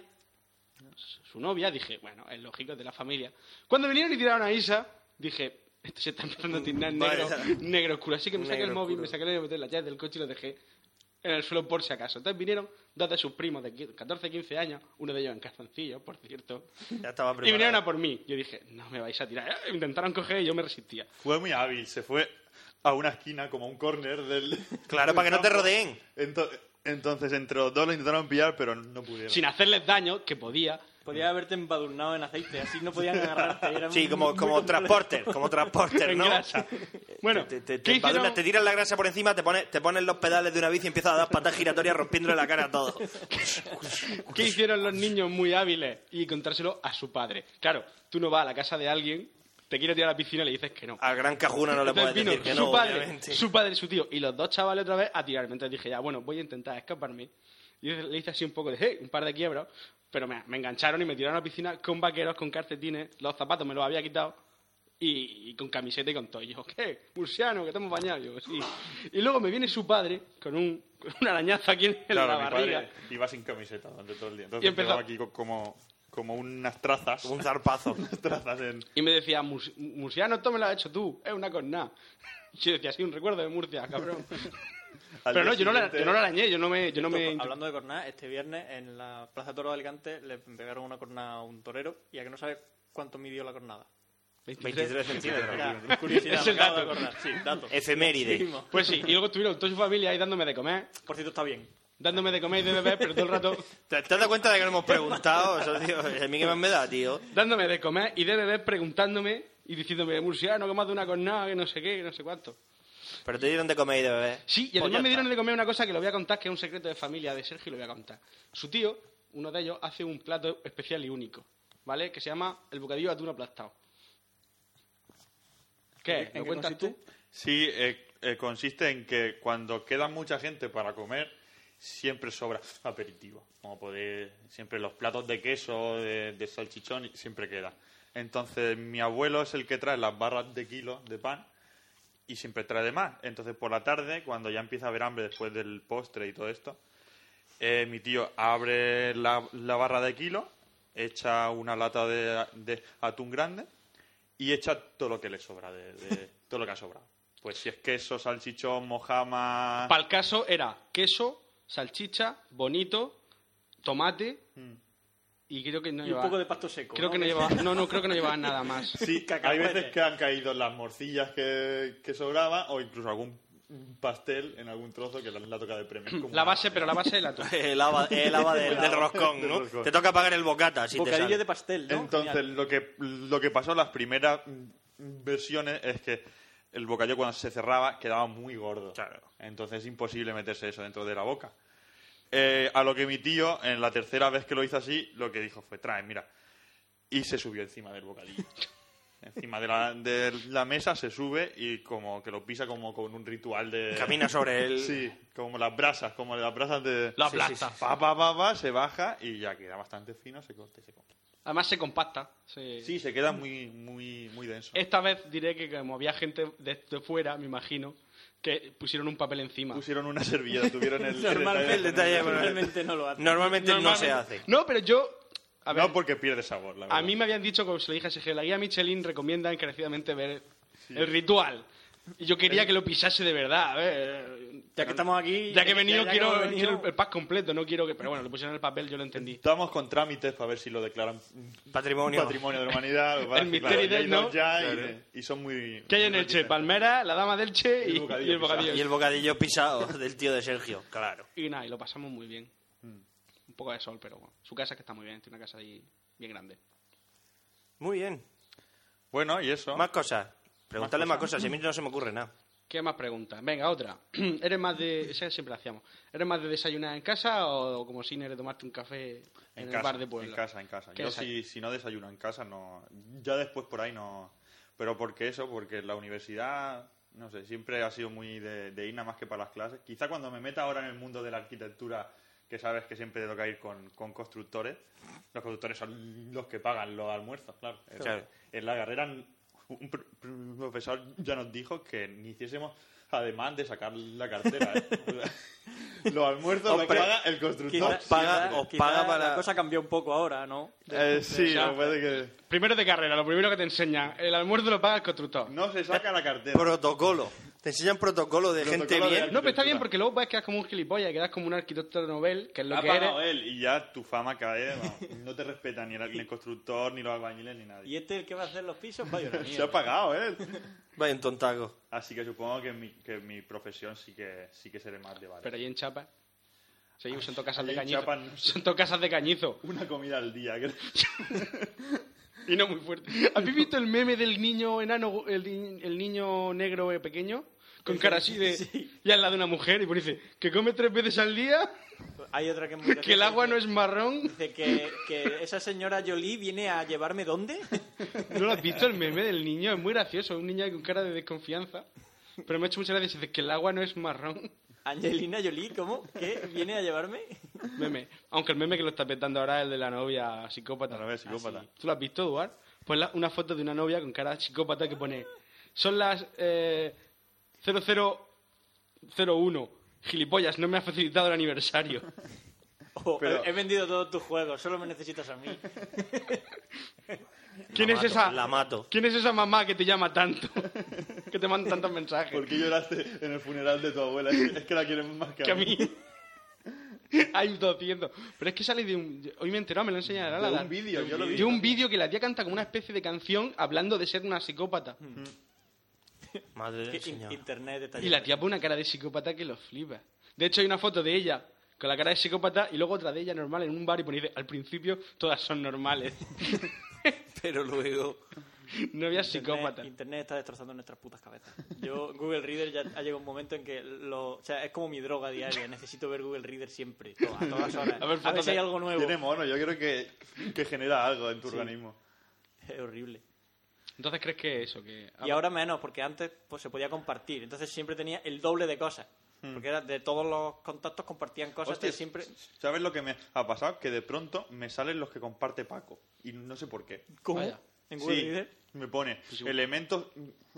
H: su- su novia, dije, bueno, es lógico, es de la familia. Cuando vinieron y tiraron a Isa, dije, esto se está empezando a
B: (laughs)
H: tirar negro,
B: Vaya.
H: negro oscuro. Así que me saqué el
B: Negro
H: móvil,
B: oscuro.
H: me saqué el la llave del coche y lo dejé en el suelo por si acaso. Entonces vinieron dos de sus primos de 15, 14, 15 años, uno de ellos en calzoncillos, por cierto,
B: Ya estaba preparado.
H: y vinieron a por mí. Yo dije, no me vais a tirar. Eh, Intentaron coger y yo me resistía.
G: Fue muy hábil. Se fue a una esquina, como a un corner del.
B: Claro,
G: (laughs) del
B: para que no te
G: campo.
B: rodeen.
G: Ento- entonces, entre los dos lo intentaron pillar, pero no pudieron.
H: Sin hacerles daño, que podía,
F: Podía haberte embadurnado en aceite, así no podían agarrarte. era
B: Sí,
F: muy-
B: como,
F: muy
B: como
F: complejo.
B: transporter, como transporter,
H: en
B: ¿no? (laughs)
H: grasa. Bueno,
B: Te, te,
H: ¿qué
B: te
H: hicieron?
B: empadurnas, te tiras la grasa por encima, te pones, te pones los pedales de una bici y empiezas a dar patas giratorias rompiéndole la cara a todo.
H: ¿Qué hicieron los niños muy hábiles? Y contárselo a su padre. Claro, tú no vas a la casa de alguien te quiere tirar a la piscina y le dices que no.
B: Al gran Cajuna no le puedes
H: Entonces vino
B: decir que
H: su
B: no,
H: padre,
B: obviamente.
H: su padre y su tío, y los dos chavales otra vez a tirarme. Entonces dije, ya, bueno, voy a intentar escaparme. Y le hice así un poco de, hey, un par de quiebros, pero me, me engancharon y me tiraron a la piscina con vaqueros, con calcetines, los zapatos me los había quitado. Y, y con camiseta y con todo. Y yo, ¿qué? Murciano, que estamos bañados. Yo, sí. Y luego me viene su padre con un, con un arañazo aquí en la
G: Claro, mi
H: barriga.
G: padre iba sin camiseta durante todo el día. Entonces
H: Y empezó-
G: llevaba aquí co- como, como unas trazas.
B: Un zarpazo.
G: (laughs) unas trazas en...
H: Y me decía, "Mur- Murciano, esto me lo has hecho tú, es una corna. Y (laughs) yo decía, sí, un recuerdo de Murcia, cabrón.
G: (laughs) al
H: Pero no,
G: día
H: yo no, la,
G: siguiente-
H: yo no la arañé, yo no me... Yo no me
F: Hablando de cornada, este viernes en la Plaza Toro de Alicante le pegaron una cornada a un torero y a que no sabe cuánto midió la cornada.
B: 23 centímetros.
F: Era curiosidad,
H: Es
F: me
H: el
F: acabo de
H: dato.
F: acordar. Sí, dato. Sí,
B: Efeméride.
F: mo.
H: Pues sí, y luego estuvieron toda su familia ahí dándome de comer,
F: Por cierto, está bien.
H: dándome de comer y de beber, pero todo el
G: (laughs)
H: rato
B: ¿Te te has dado cuenta de que no hemos preguntado? Eso, (laughs) tío, a mí que más me da, tío.
H: dándome de comer y de beber, preguntándome y diciéndome, Murciano, que más de una cornada, que no sé qué, que no sé cuánto.
B: Pero te dieron de comer y de beber.
H: Sí, y
B: Pues
H: además
B: ya
H: me dieron
B: está.
H: de comer una cosa que lo voy a contar, que es un secreto de familia de Sergio y lo voy a contar. Su tío, uno de ellos, hace un plato especial y único, ¿vale? Que se llama el bocadillo de atún aplastado. ¿Qué? ¿Lo cuentas tú?
G: Sí, eh, eh, consiste en que cuando queda mucha gente para comer, siempre sobra aperitivo. Como podéis, siempre los platos de queso, de, de salchichón, y siempre queda. Entonces, mi abuelo es el que trae las barras de kilos de pan y siempre trae de más. Entonces, por la tarde, cuando ya empieza a haber hambre después del postre y todo esto, eh, mi tío abre la, la barra de kilo, echa una lata de, de atún grande y echa todo lo que le sobra, de,
H: (laughs)
G: de- todo lo que ha sobrado. Pues si es queso, salchichón, mojama...
H: Para el caso era queso, salchicha, bonito, tomate y creo que
F: Y
H: no
F: un
H: llevaba...
F: poco de pasto seco.
H: Creo que no llevaba... No, no, creo que no llevaba nada más. (laughs)
G: Sí, hay
F: cacahuete.
G: veces que han caído las morcillas que, que sobraban o incluso algún pastel en algún trozo que la, la toca de premio. Es como
H: La
G: una-
H: base, pero la base del atún.
B: (laughs) El haba, el haba del, del roscón,
G: Del
B: ¿no?
G: roscón.
B: Te toca pagar el bocata, si te
F: Bocadillo
B: sale.
F: de pastel, ¿no?
G: Entonces,
F: Genial.
G: lo que, lo que pasó en las primeras mm, versiones es que el bocadillo cuando se cerraba quedaba muy gordo.
B: Claro.
G: Entonces es imposible meterse eso dentro de la boca. Eh, a lo que mi tío, en la tercera vez que lo hizo así, lo que dijo fue, trae, mira. Y se subió encima del
B: (laughs)
G: bocadillo. encima de la, de la mesa se sube y como que lo pisa como con un ritual de...
B: Camina
G: (laughs)
B: sobre él.
G: Sí, como las brasas, como las brasas de...
H: Lo
G: Sí, sí,
H: aplasta.
G: sí. Pa, pa, pa, pa, se baja y ya queda bastante fino, se corta y se come.
H: Además se compacta. se-
G: Sí, se queda muy, muy, muy denso.
H: Esta vez diré que como había gente de, de fuera, me imagino, que pusieron un papel encima.
G: Pusieron
H: (laughs)
G: una servilleta, tuvieron el, el
F: Normalmente,
B: El detalle, bueno,
F: normalmente no lo hace.
B: Normalmente, no
H: Normalmente-
B: se hace.
H: No, pero yo... A ver,
G: No porque pierde sabor, la verdad.
H: a mí me habían dicho, como se lo dije a Sergio, la guía Michelin recomienda encarecidamente ver el ritual. Y yo quería que lo pisase de verdad. A ver,
F: Ya que estamos aquí...
H: Ya que he venido, quiero,
F: hemos venido-
H: quiero el pack completo, no quiero que. Pero bueno, lo pusieron en el papel, yo lo entendí.
G: Estamos con trámites para ver si lo declaran un
B: Patrimonio.
G: patrimonio de la humanidad.
H: (laughs)
G: lo que pasa es que,
H: misterio
G: claro, ya
H: del
G: he ido
H: no.
G: ya
B: Claro.
G: y, y son muy...
H: ¿Qué hay en el Che? Palmera, la dama del Che
G: Y
H: y,
G: el bocadillo
H: y el bocadillo.
B: Y el bocadillo pisado del tío de Sergio, claro.
H: Y nada, y lo pasamos muy bien.
G: Mm.
H: Un poco de sol, pero bueno. Su casa que está muy bien, tiene una casa ahí bien grande.
B: Muy bien.
G: Bueno, y eso.
B: Más cosas. Preguntarle más cosas, si a mí no se me ocurre nada.
H: ¿Qué más preguntas? Venga, otra. (clears throat) ¿Eres más de. Esa siempre la hacíamos. ¿Eres más de desayunar en casa o, como si eres tomarte un café en,
G: En,
H: el
G: casa,
H: bar de Puebla?
G: en casa, en casa.
H: ¿Qué
G: Yo
H: desay-
G: si, si no desayuno en casa, no... Ya después por ahí no... Pero porque eso, porque la universidad, no sé, siempre ha sido muy de, de ir nada más que para las clases. Quizá cuando me meta ahora en el mundo de la arquitectura, que sabes que siempre te toca ir con, con constructores, los constructores son los que pagan los almuerzos, claro. Eh,
B: Claro.
G: En la carrera un pr- pr- profesor ya nos dijo que ni hiciésemos además de sacar la cartera. ¿eh? (laughs) los almuerzos los
B: Hombre,
G: paga el constructor.
B: os paga- os
F: quizá
B: paga para-
F: La cosa cambió un poco ahora, ¿no?
G: Eh, sí,
H: de-
G: me parece que...
H: Primero de carrera, lo primero que te enseña. El almuerzo lo paga el constructor.
G: No se saca la cartera.
B: Protocolo. Te enseñan protocolo de
G: Protocolo
B: gente
G: de
B: bien.
H: No, pero está bien porque luego puedes quedar como un gilipollas, quedas como un arquitecto de novel, que es lo
G: ha
H: que eres.
G: pagado él y ya tu fama
H: (laughs)
G: cae. vamos. No te respeta ni el, ni el constructor, ni los albañiles, ni nadie.
F: Y
G: (laughs)
F: este el que va a hacer los pisos, vaya
H: (laughs)
F: una
G: Se ha
F: mierda.
G: pagado él.
B: Vaya un tontaco.
G: Así que supongo que mi, que mi profesión sí que, sí que seré más de bar.
H: Pero allí en Chapa. Sí, son todas casas
G: ahí
H: de
G: en
H: cañizo.
G: Chiapas no sé.
H: Son todas casas de cañizo.
G: Una comida al día. (laughs) creo.
H: Y no muy fuerte. ¿Habéis visto el meme del niño enano, el, ni- el niño pues negro eh, pequeño? Con cara así de. Y al lado de una mujer, y por dice, que come tres veces al día.
F: Hay otra que es muy
H: (laughs) Que el
F: graciosa,
H: agua no
F: dice-
H: es marrón.
F: Dice que, que esa señora Jolie viene a llevarme dónde. (laughs)
H: ¿No lo has visto el meme del niño? Es muy gracioso. Un niño con cara de desconfianza. Pero me ha hecho muchas gracias. Dice que el agua no es marrón.
F: Angelina Jolie, ¿cómo? ¿Qué? ¿Viene a llevarme? (laughs)
H: Meme. Aunque el meme que lo está petando ahora es el de la novia psicópata.
G: La novia psicópata.
H: Ah, sí. ¿Tú lo has visto, Eduard? Pues la- una foto de una novia con cara de psicópata que pone... Son las eh, 0001. Gilipollas, no me ha facilitado el aniversario.
F: Oh,
G: Pero-
F: He vendido todos tus juegos, solo me necesitas a mí.
H: ¿Quién
B: La
H: es
B: mato,
H: esa?
B: la mato.
H: ¿Quién es esa mamá que te llama tanto? (laughs) que te manda tantos mensajes.
G: ¿Por qué lloraste en el funeral de tu abuela? Es que la quieren más que,
H: que a mí. (laughs) Hay 200. Pero es que sale de un. Hoy me he enterado, me lo enseñará la
G: De
H: la-
G: un vídeo, yo lo vi.
H: De un vídeo que la tía canta como una especie de canción hablando de ser una psicópata.
G: Hmm,
B: Madre del
F: In-
B: señor.
F: Internet está
H: Y la tía pone una cara de psicópata que lo flipa. De hecho, hay una foto de ella con la cara de psicópata y luego otra de ella normal en un bar y pone dice, al principio todas son normales. (laughs)
B: Pero luego...
F: Internet-
H: Novias psicópatas.
F: Internet está destrozando nuestras putas cabezas. Yo, Google Reader, ya ha llegado un momento en que lo. O sea, es como mi droga diaria. Necesito ver Google Reader siempre, to- a todas horas.
H: (laughs) A
F: A ver,
H: ver, fotos
F: si hay
H: de-
F: algo nuevo.
G: Tiene mono, yo creo que, que genera algo en tu organismo.
F: Es horrible.
H: Entonces, ¿crees que eso? Que...
G: Ah,
F: Y ahora menos, porque antes pues, se podía compartir. Entonces siempre tenía el doble de cosas. Porque era de todos los contactos compartían cosas.
G: Hmm. Hostia,
F: entonces siempre.
G: ¿Sabes lo que me ha pasado? Que de pronto me salen los que comparte Paco. Y no sé por qué.
F: ¿Cómo?
H: Vaya.
F: En Google
G: Sí,
F: Reader.
G: me pone elementos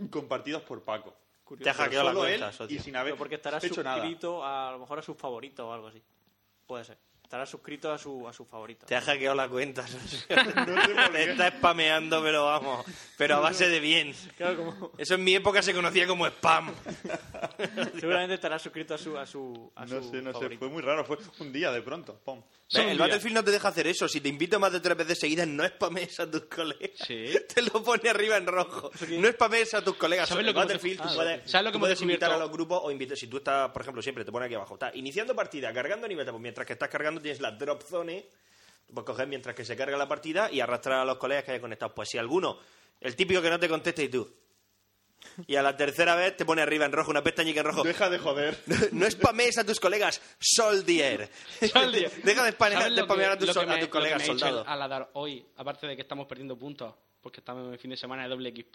G: compartidos por Paco.
B: Te ha hackeado la
G: Solo
B: cuenta,
G: él
B: socio.
G: Y sin haber
F: Pero porque estará
G: hecho nada.
F: suscrito a, a lo mejor a sus favoritos o algo así. Puede ser. Estará suscrito a su, a sus favoritos.
B: Te ha hackeado la cuenta. Te está spameando, pero vamos. Pero a base de bien.
F: Claro, como-
B: Eso en mi época se conocía como spam.
F: seguramente estará suscrito a su a su a
G: No
F: su
G: sé, no sé.
F: favorito.
G: Fue muy raro. Fue un día de pronto. Pum.
B: Ve,
H: Solo un
B: el
H: día.
B: Battlefield no te deja hacer eso. Si te invito más de tres veces seguidas, no spamees a tus colegas.
H: Sí.
B: (laughs) Te lo pone arriba en rojo. No spamees a tus colegas.
H: ¿Sabes
B: En
H: lo que hemos
B: Battlefield
H: descu-
B: tú
H: ah,
B: puedes,
H: ¿sabes lo que
B: tú
H: hemos
B: puedes invitar a
H: descubierto?
B: los grupos o invitar... Si tú estás, por ejemplo, siempre te pone aquí abajo. Está iniciando partida, cargando nivel. Pues mientras que estás cargando tienes la drop zone. Pues coges mientras que se carga la partida y arrastrar a los colegas que hayas conectado. Pues si alguno, el típico que no te contesta y tú... Y a la tercera vez te pone arriba en rojo, una pestañica en rojo.
G: Deja de joder.
B: (laughs) No spamees a tus colegas, soldier.
H: Soldier.
B: (laughs) Deja de spamear,
H: ¿Sabes
B: de
H: lo
B: spamear
H: que-
B: a tus,
H: lo que
B: sol- a
H: me-
B: tus
H: lo que
B: colegas
H: me ha dicho
B: soldados.
H: el Aladar hoy, aparte de que estamos perdiendo puntos, porque estamos en el fin de semana de doble XP.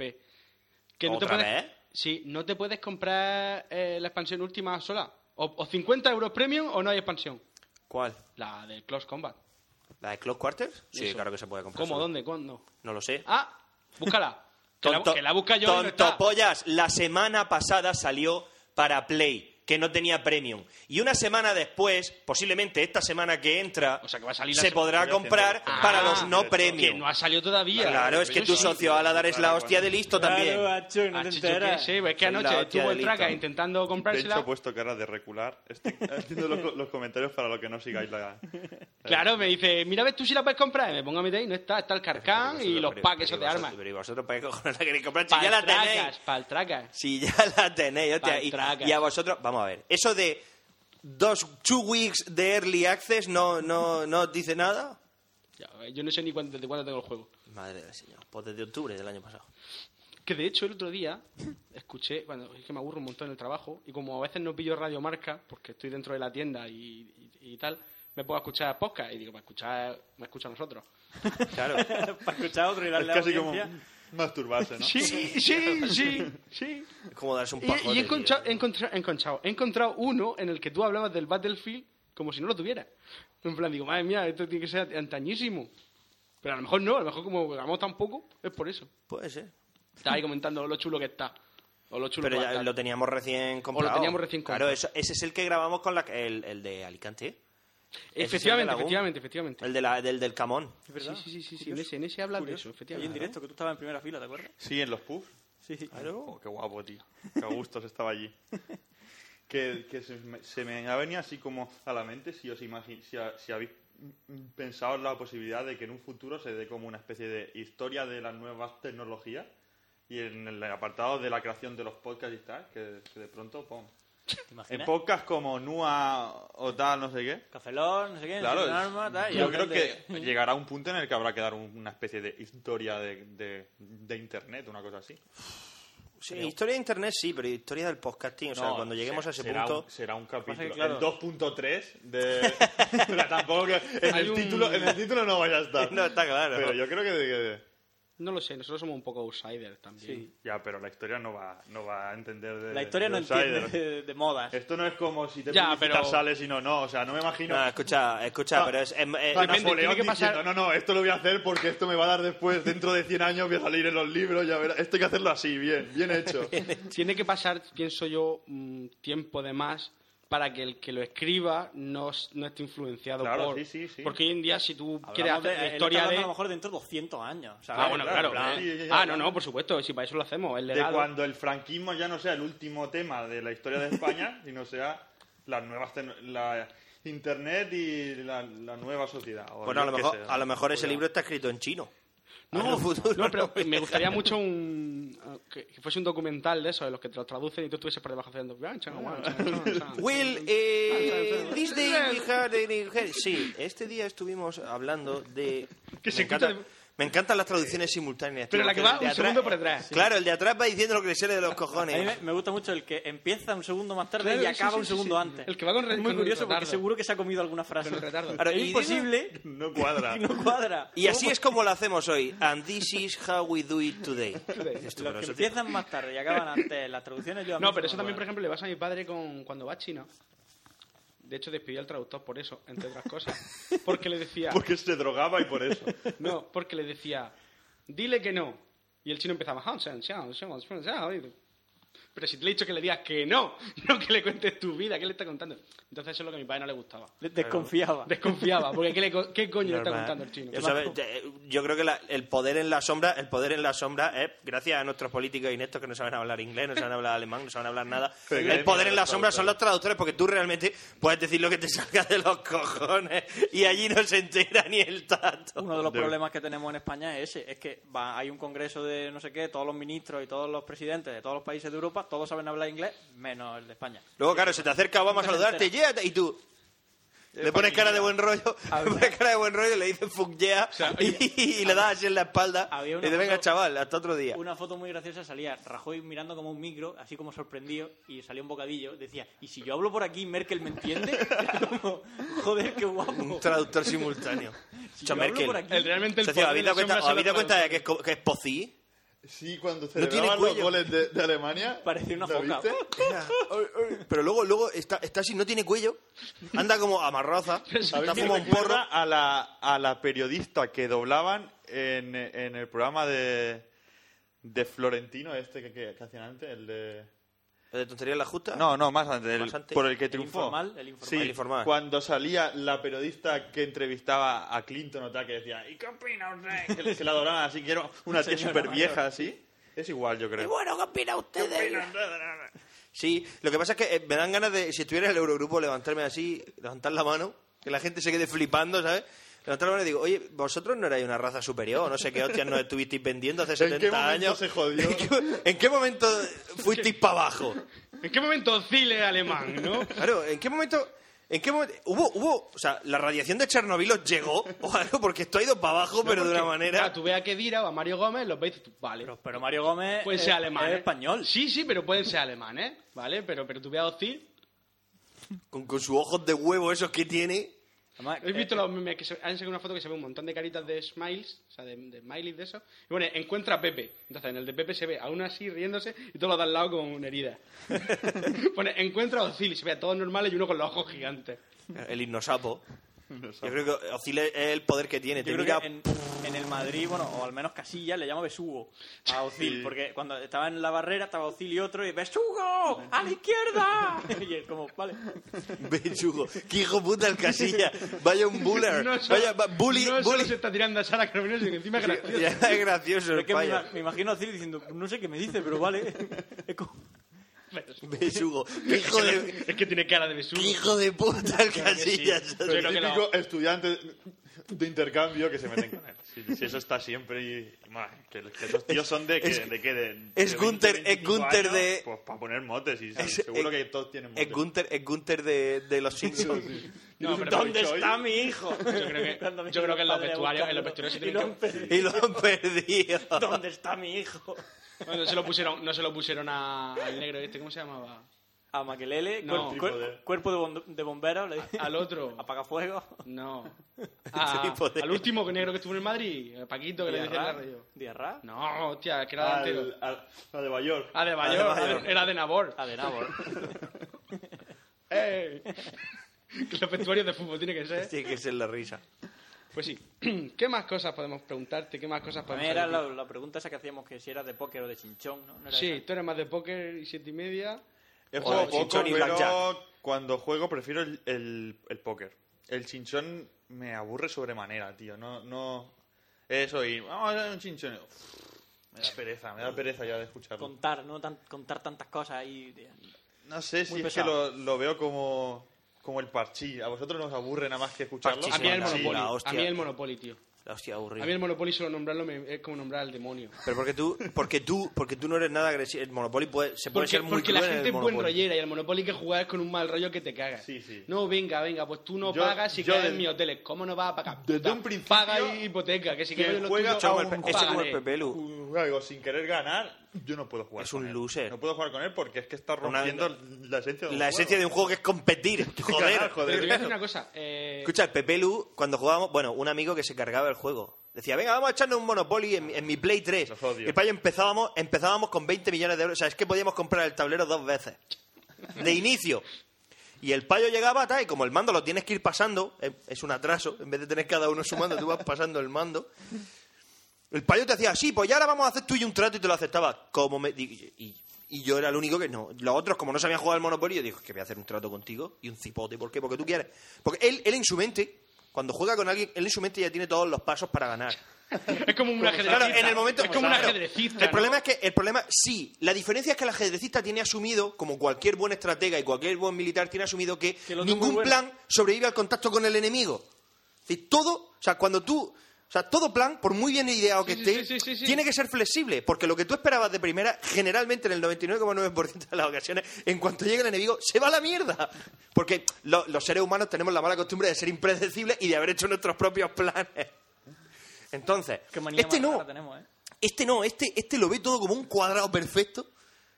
H: Que no te
B: ¿Otra
H: puedes,
B: vez?
H: Sí, no te puedes comprar eh, la expansión última sola. O, o 50 euros premium o no hay expansión.
B: ¿Cuál?
H: La del Close Combat.
B: ¿La de Close Quarters? Sí,
H: Eso.
B: claro que se puede comprar.
H: ¿Cómo?
B: solo.
H: ¿Dónde? ¿Cuándo?
B: No lo sé.
H: Ah,
B: (laughs)
H: búscala. Que la, que la busca yo. y no
B: tonto
H: está.
B: pollas, la semana pasada salió para Play, que no tenía premium. Y una semana después, posiblemente esta semana que entra,
H: O sea, que va a salir la
B: se
H: semana-
B: podrá comprar
H: Ah,
B: para los no
H: que
B: premium.
H: no ha salido todavía.
B: Claro, es que
H: Pero
B: tu
H: sí.
B: socio Aladar es la hostia de listo también.
F: Claro, Achu, no
H: Ah,
F: te
H: chicho, que
F: enteras.
H: sí, pues es que
B: Soy la
H: anoche
B: hostia
H: estuvo
B: de
H: el traca
B: listo.
H: intentando
G: De hecho,
H: comprársela.
G: he puesto cara de recular. Estoy haciendo los, los comentarios para los que no
F: (laughs)
G: sigáis la...
H: Claro, me dice, mira, ves tú si la puedes comprar. Y me pongo a meter y no está, está el carcán y los packs esos de armas.
B: Pero ¿y vosotros para qué cojones la queréis comprar? Si ya la tenéis.
H: Paltracas, paltracas.
B: Si ya (laughs) la tenéis, hostia,
H: Paltracas.
B: y, y a vosotros, vamos a ver, eso de dos, two weeks de early access no, no, no os dice nada.
H: Ya, eh, Yo no sé ni cuándo, desde cuándo tengo el juego.
B: Madre del señor, pues desde octubre del año pasado.
H: Que de hecho el otro día escuché, bueno, es que me aburro un montón en el trabajo y como a veces no pillo Radio Marca porque estoy dentro de la tienda y, y- y tal, me puedo escuchar podcast y digo, para escuchar, me escucha a nosotros.
B: Claro.
F: (laughs) Para escuchar otro y
G: pues, Es
F: darle
G: casi como
F: audiencia.
G: masturbarse,
F: (laughs)
H: (laughs)
G: ¿no?
H: Sí, sí, sí, sí.
B: Es como darse un
H: Y,
B: pajote.
H: y he, encontrado,
B: tío.
H: he, encontrado, he encontrado- he encontrado uno en el que tú hablabas del Battlefield como si no lo tuviera. En plan, digo, madre mía, esto tiene que ser antañísimo. Pero a lo mejor no, a lo mejor como grabamos tan poco, es por eso.
B: Puede ser.
H: Estás ahí comentando lo chulo que está. O lo chulo
B: Pero
H: que
B: ya
H: va a
B: lo
H: estar.
B: teníamos recién comprado.
H: teníamos recién comprado.
B: Claro, eso, ese es el que grabamos con la, el, el de Alicante. Ese es el de
H: Efectivamente,
B: la GUM.
H: efectivamente, efectivamente.
B: El de la, del, del Camón.
F: Es verdad.
H: Sí, sí, sí, sí, sí, en ese, en ese habla de eso,
F: Hoy en
H: efectivamente.
F: directo, que tú estabas en primera fila, ¿te acuerdas?
G: Sí, en los pubs.
F: Sí, sí.
G: Oh, qué guapo, tío. Qué a gusto se
F: (laughs)
G: estaba allí. Que, que se, me, se me ha venido así como a la mente si os imagi- si, ha- si habéis mm, pensado en la posibilidad de que en un futuro se dé como una especie de historia de las nuevas tecnologías y en el apartado de la creación de los podcasts y tal, que, que de pronto, pum.
F: ¿Te
G: En
F: imaginas?
G: podcasts como NUA o tal, no sé qué.
F: Cafelón, no sé qué,
G: Claro,
F: un arma, tal, y
G: yo creo
F: hablan
G: que
F: de-
G: llegará un punto en el que habrá que dar un- una especie de historia de, de- de internet, una cosa así.
B: Sí, historia de internet sí, pero historia del podcasting, o sea,
G: No,
B: cuando lleguemos
G: se-
B: a ese
G: será
B: punto...
G: Un, será un capítulo.
F: que, claro-
G: El 2.3 (laughs) de. O sea, tampoco. que- En
H: Hay
G: el,
H: un-
G: título, en el título no vaya a estar.
B: (laughs) No, está claro.
G: Pero yo creo que. que-
H: No lo sé, nosotros somos un poco outsiders también.
G: ya, pero la historia no va, no va a entender de.
F: La historia
G: de
F: no
G: outsider.
F: entiende de, de modas.
G: Esto no es como si te
H: Ya,
G: publicitas
H: pero-
G: sales y no, no. O sea, no me imagino.
B: No, escucha, escucha,
G: Ah,
B: pero es... em, eh, es- es-
G: a
H: depende,
G: Napoleón
H: tiene que pasar-
G: diciendo, no, no, esto lo voy a hacer porque esto me va a dar después, dentro de 100 años voy a salir en los libros, ya verás. Esto hay que hacerlo así, bien,
B: (laughs)
G: bien hecho.
H: Tiene que pasar, pienso yo, mm, tiempo de más para que el que lo escriba no, s- no esté influenciado
G: Claro,
H: por...
G: sí, sí, sí.
H: Porque hoy en día si tú quieres
F: Hablamos de-
H: hacer la
F: él está
H: historia
F: hablando
H: de...
F: a lo mejor dentro de 200 años. ¿sabes?
H: Ah, bueno,
G: Claro,
H: claro.
G: claro.
H: ¿eh?
G: Sí, sí, sí,
H: ah,
G: claro.
H: no, no, por supuesto, si para eso lo hacemos, el
G: de
H: legado.
G: cuando el franquismo ya no sea el último tema de la historia
F: (laughs)
G: de España, sino sea las nuevas tec- la internet y la, la nueva sociedad. o
B: Bueno, a
G: yo
B: lo
G: qué
B: mejor,
G: sé.
B: a lo mejor ese
G: (laughs)
B: libro está escrito en chino. (laughs) En
H: No,
B: el futuro,
H: no, pero me gustaría mucho un, que, que fuese un documental de eso, de los que te los traducen y tú estuvieses por debajo haciendo...
B: (laughs)
H: "Ah,
B: (laughs)
H: (laughs)
B: Will, eh, this day we had a- Sí, este día estuvimos hablando de...
H: (laughs) Que
B: me,
H: se
B: encanta-
H: escucha-
B: me encantan las traducciones simultáneas.
H: Pero
B: tío,
H: la que
B: porque
H: va
B: el de
H: un
B: atrás-
H: segundo por detrás.
B: Claro, el de atrás va diciendo lo que le sale de los
F: A mí me,
B: cojones.
F: me gusta mucho el que empieza un segundo más tarde
H: Claro,
F: y
H: sí,
F: acaba
H: sí,
F: un
H: sí,
F: segundo
H: sí.
F: antes.
H: El que va con re-
F: es muy
H: con
F: curioso porque
H: retardo.
F: seguro que se ha comido alguna frase.
H: Con retardo.
F: Ahora,
B: Y
F: es
B: digo-
F: imposible
G: No (laughs) cuadra.
F: y no cuadra.
B: Y así es como lo hacemos hoy. And this is how we do it today. Dices tú, pero
F: Los que
B: eso-
F: empiezan más tarde y acaban antes las traducciones. Yo a mí
H: No, pero
F: me
H: eso también, por
F: cuadra.
H: ejemplo, le pasa a mi padre con cuando va a China. De hecho, despidió al traductor por eso, entre otras cosas. Porque le
G: (laughs)
H: decía...
G: Porque se drogaba y por eso. (laughs)
H: No, porque le decía, dile que no. Y el chino empezaba, "Han, shan, shan, shan, shan, shan", y- pero si te le he dicho que le digas que no, (laughs) no que le cuentes tu vida, ¿qué le está contando? Entonces eso es lo que a mi padre no le gustaba.
F: Le- Desconfiaba.
H: Desconfiaba, porque ¿qué, le co- qué coño le está
B: Normal.
H: contando el chino?
B: Yo, sabe- te- yo creo que la- el poder en la sombra, el poder en la sombra es gracias a nuestros políticos ineptos que no saben hablar inglés, no saben hablar alemán, no saben hablar nada.
G: (laughs) Pero que
B: el
G: hay
B: poder en la
G: muchos
B: sombra son los traductores porque tú realmente puedes decir lo que te salga de los cojones y allí no se entera ni el tato.
F: Uno de los
G: De-
F: problemas que tenemos en España es ese, es que va- hay un congreso de no sé qué, todos los ministros y todos los presidentes de todos los países de Europa, todos saben hablar inglés, menos el de España.
B: Luego, claro, se te acerca Obama a saludarte, yeah, y tú le pones cara de buen rollo, (laughs) le pones cara de buen rollo, le dices fuck yeah y, y le das así en la espalda y
F: había una
B: te venga
F: foto-
B: chaval, hasta otro día.
F: Una foto muy graciosa salía Rajoy mirando como un micro, así como sorprendido, y salía un bocadillo, decía, ¿y si yo hablo por aquí, Merkel me entiende? (laughs) Era como, joder, qué
B: Un
F: guapo.
B: traductor simultáneo.
F: Si
B: Cha
F: yo hablo
B: Merkel.
F: por aquí-
H: El- realmente el
B: Socio,
H: poder
B: ¿habéis
H: de
B: dado
H: los
B: cuenta,
H: hombres son
B: ¿habéis dado
H: los
B: cuenta de que es,
H: traductores.
B: co- que es pocí?
G: Sí, cuando
B: tiene
G: celebraban los
B: cuello.
G: goles de, de Alemania.
F: Parece una
G: ¿lo
F: foca.
G: viste?
B: Pero luego, luego está, está así, no tiene cuello, anda como
G: (laughs)
B: amarroza, está
G: Me
B: como un
G: recuerda
B: porro.
G: A la, a la periodista que doblaban en, en el programa de, de Florentino, este que, que, que hacían antes, el de.
B: ¿Lo de tontería la justa?
G: No, no, más antes, el-
B: Más antes.
G: por el que
F: El
G: triunfó.
F: informal, el informal.
G: Sí,
B: El informal.
G: cuando salía la periodista que entrevistaba a Clinton o tal, que decía, ¿y qué opina usted? Que, que la adoraban así, que era una tía
F: Señora
G: súper vieja así. Es igual, yo creo.
B: Bueno, ¿qué opinan ustedes? Sí, lo que pasa es que eh, me dan ganas de, si estuviera en el Eurogrupo, levantarme así, levantar la mano, que la gente se quede flipando, ¿sabes? Levantar la mano y digo, oye, vosotros no erais una raza superior, no sé qué hostias nos estuvisteis vendiendo hace
G: (laughs) ¿En
B: 70
G: qué momento
B: años.
G: se
B: (laughs)
G: jodió?
B: ¿En qué, en qué momento
G: (laughs)
B: fuisteis para abajo?
H: ¿En qué momento oscile alemán, no?
B: Claro, ¿en qué momento.? ¿En qué momento? Hubo, hubo, o sea, la radiación de Chernobyl os llegó, o algo, porque esto ha ido para abajo, (laughs) pero de una
H: Porque,
B: manera.
H: claro, tú ve a Kedira o a Mario Gómez, los veis y tú, vale.
F: Pero, pero Mario Gómez
H: pueden
F: es,
H: ser alemanes.
F: es español.
H: Sí, sí, pero pueden ser alemanes, ¿vale? Pero, pero tú ve a Ozil.
B: Con, con sus ojos de huevo esos que tiene.
F: Además,
H: ¿Habéis
F: eh,
H: visto los memes que se, han sacado una foto que se ve un montón de caritas de smiles, o sea, de, de smileys de eso? Y bueno, encuentra a Pepe. Entonces, en el de Pepe se ve a uno así riéndose y todos los de al lado con
B: (laughs)
H: herida. Pone, encuentra a Ozil y se ve a todos normales y uno con los ojos gigantes.
B: El hipnosapo. Yo creo que Ozil es es el poder que tiene. Te
F: Yo creo
B: mira-
F: que en, en el Madrid, bueno, o al menos Casilla, le llama Besugo a Ozil, porque cuando estaba en la barrera estaba Ozil y otro, y ¡Besugo! ¡A la izquierda! Y él como, vale.
B: (laughs) Bechugo. Qué hijo puta el casilla. Vaya un buller.
H: No solo-
B: Vaya, va- bully,
H: no solo
B: bully.
H: se está tirando a Sara Carabineros, sino que encima es gracioso.
B: Ya es gracioso
F: Pero
B: el
F: es que me,
B: payo.
F: ima- me imagino a Ozil diciendo, no sé qué me dice, pero vale. Es como-
B: Bechugo. Qué hijo de,
H: Es que tiene cara de
B: qué
H: besugo.
B: hijo de puta el casilla.
H: Yo creo que
G: Típico estudiante de intercambio que se meten con él. Si eso está siempre y... ma, que, que esos tíos
B: Es-
G: son de que...
B: es-
G: de que de-
B: es
G: de
B: Gunther-
G: 20,
B: es
G: 25
B: Gunther de-
G: Pues para poner motes y
B: Es-
G: seguro
B: es-
G: que todos tienen motes.
B: Es Gunther, es Gunther de, de los Simpsons.
H: No, pero
B: ¿Dónde
G: Soy-
B: está mi hijo?
H: Yo creo que,
F: (laughs) Cuando
H: yo creo que en los
F: padre
H: vestuarios, en los
F: buscando,
H: vestuarios se
F: y
H: tienen
F: lo han
H: que-
F: perdido.
B: Y lo han perdido.
F: (laughs) ¿Dónde está mi hijo?
H: Bueno, no se lo pusieron, no se lo pusieron a- al negro este, ¿cómo se llamaba?
F: A Maquelele, cuer-
H: No.
F: cuer-
G: Tipo de-
F: cuerpo de, bond- de bomberos, le
H: Al
B: (laughs)
H: otro.
F: apagafuego.
H: No. A-
B: Tipo de-
H: Al último negro que estuvo en el Madrid, a Paquito, que le decía en la
F: ¿Diarra?
H: radio.
F: ¿Diarra?
H: No, hostia, que era delantero.
G: Al, al- al de Bayor.
H: Ah, de Bayor,
B: Adebayor.
H: era de Nabor.
F: A de
H: (laughs)
F: Nabor.
H: ¡Eh! (laughs) Que los vestuarios de fútbol tiene que
B: (laughs)
H: ser.
B: Tiene que ser la risa.
H: Pues sí. (clears throat) ¿Qué más cosas podemos preguntarte? ¿Qué más cosas
F: A
H: podemos
F: mí era
H: saber de
F: la,
H: ti?
F: la pregunta esa que hacíamos, que si era de póker o de chinchón, ¿no? ¿No era
H: Sí,
F: esa?
H: tú eres más de póker y siete y media.
G: He
B: Joder,
G: jugado poco,
B: chinchón y blackjack.
G: pero cuando juego prefiero el, el, el póker. El chinchón me aburre sobremanera, tío. No, no... Eso, y vamos a hacer un chinchón. Uf, me da pereza, me da pereza ya de escucharlo.
F: Contar, ¿no? Tan- contar tantas cosas y...
G: No sé si
F: Muy
G: es que
F: pesado.
G: lo, lo veo como, como el parchí. A vosotros nos aburre nada más que escucharlo.
B: Parchís,
H: A mí el
B: Sí,
H: Monopoly.
B: la
H: A
B: hostia.
H: mí el Monopoly, tío.
B: La hostia
H: A
B: aburrida.
H: mí el Monopoly solo nombrarlo me- es como nombrar al demonio.
B: Pero porque tú, porque tú, porque tú no eres nada agresivo. El Monopoly puede, se puede
H: Porque,
B: ser muy
H: porque la
B: cruel en el
H: gente es buen
B: Monopoly.
H: rollera y el Monopoly que jugar es con un mal rollo que te cagas.
G: Sí, sí.
H: No, venga, venga, pues tú no
G: Yo-
H: pagas y
G: yo
H: caes en
G: de-
H: mis hoteles. ¿Cómo no vas a pagar?
G: Desde
H: Puta,
G: un principio-
H: Paga y hipoteca, que si
G: Que
H: quieres lo
G: juega
H: tuyo,
G: a un-
B: Ese como el
H: pagaré.
B: Pepelu.
G: Juego sin querer ganar, yo no puedo jugar
B: Es
G: con
B: un
G: él.
B: loser.
G: No puedo jugar con él porque es que está
B: Una-
G: rompiendo la esencia de un
B: La esencia de un juego que es
H: (laughs)
B: competir. Joder.
H: Pero
G: Ganar,
H: te voy a
G: joder.
H: decir una cosa. eh,
B: Escucha, el Pepelu, cuando jugábamos, bueno, un amigo que se cargaba el juego. Decía, venga, vamos a echarnos un Monopoly en, mi- en mi Play 3.
G: Los odio.
B: Y para ello empezábamos, empezábamos con 20 millones de euros. O sea, es que podíamos comprar el tablero dos veces. De inicio. Y el payo llegaba, tal, y como el mando lo tienes que ir pasando, eh, es un atraso, en vez de tener cada uno su mando, tú vas pasando el mando. El payo te hacía, sí, pues ya ahora vamos a hacer tú y yo un trato y te lo aceptaba. Como me, y, y- y yo era el único que no. Los otros, como no sabían jugar al Monopoly, yo digo, que voy a hacer un trato contigo y un cipote. ¿Por qué? Porque tú quieres. Porque él, él en su mente, cuando juega con alguien, él en su mente ya tiene todos los pasos para ganar.
H: es como un ajedrecista.
B: Claro, en el momento.
H: es como un
B: claro,
H: ajedrecista.
B: El
H: ¿no?
B: problema es que. El problema, sí, la diferencia es que el ajedrecista tiene asumido, como cualquier buen estratega y cualquier buen militar tiene asumido, que,
F: el otro es
B: ningún
F: muy bueno.
B: plan sobrevive al contacto con el enemigo. Es decir, todo. O sea, cuando tú. O sea, todo plan, por muy bien ideado que
H: Sí, sí,
B: esté,
H: sí, sí, sí, sí.
B: tiene que ser flexible, porque lo que tú esperabas de primera, generalmente en el 99,9% de las ocasiones, en cuanto llega el enemigo, se va a la mierda. Porque lo- los seres humanos tenemos la mala costumbre de ser impredecibles y de haber hecho nuestros propios planes. Entonces,
F: Qué manía
B: este
F: más
B: no.
F: rara tenemos, ¿eh?
B: Este no, este, este lo ve todo como un cuadrado perfecto.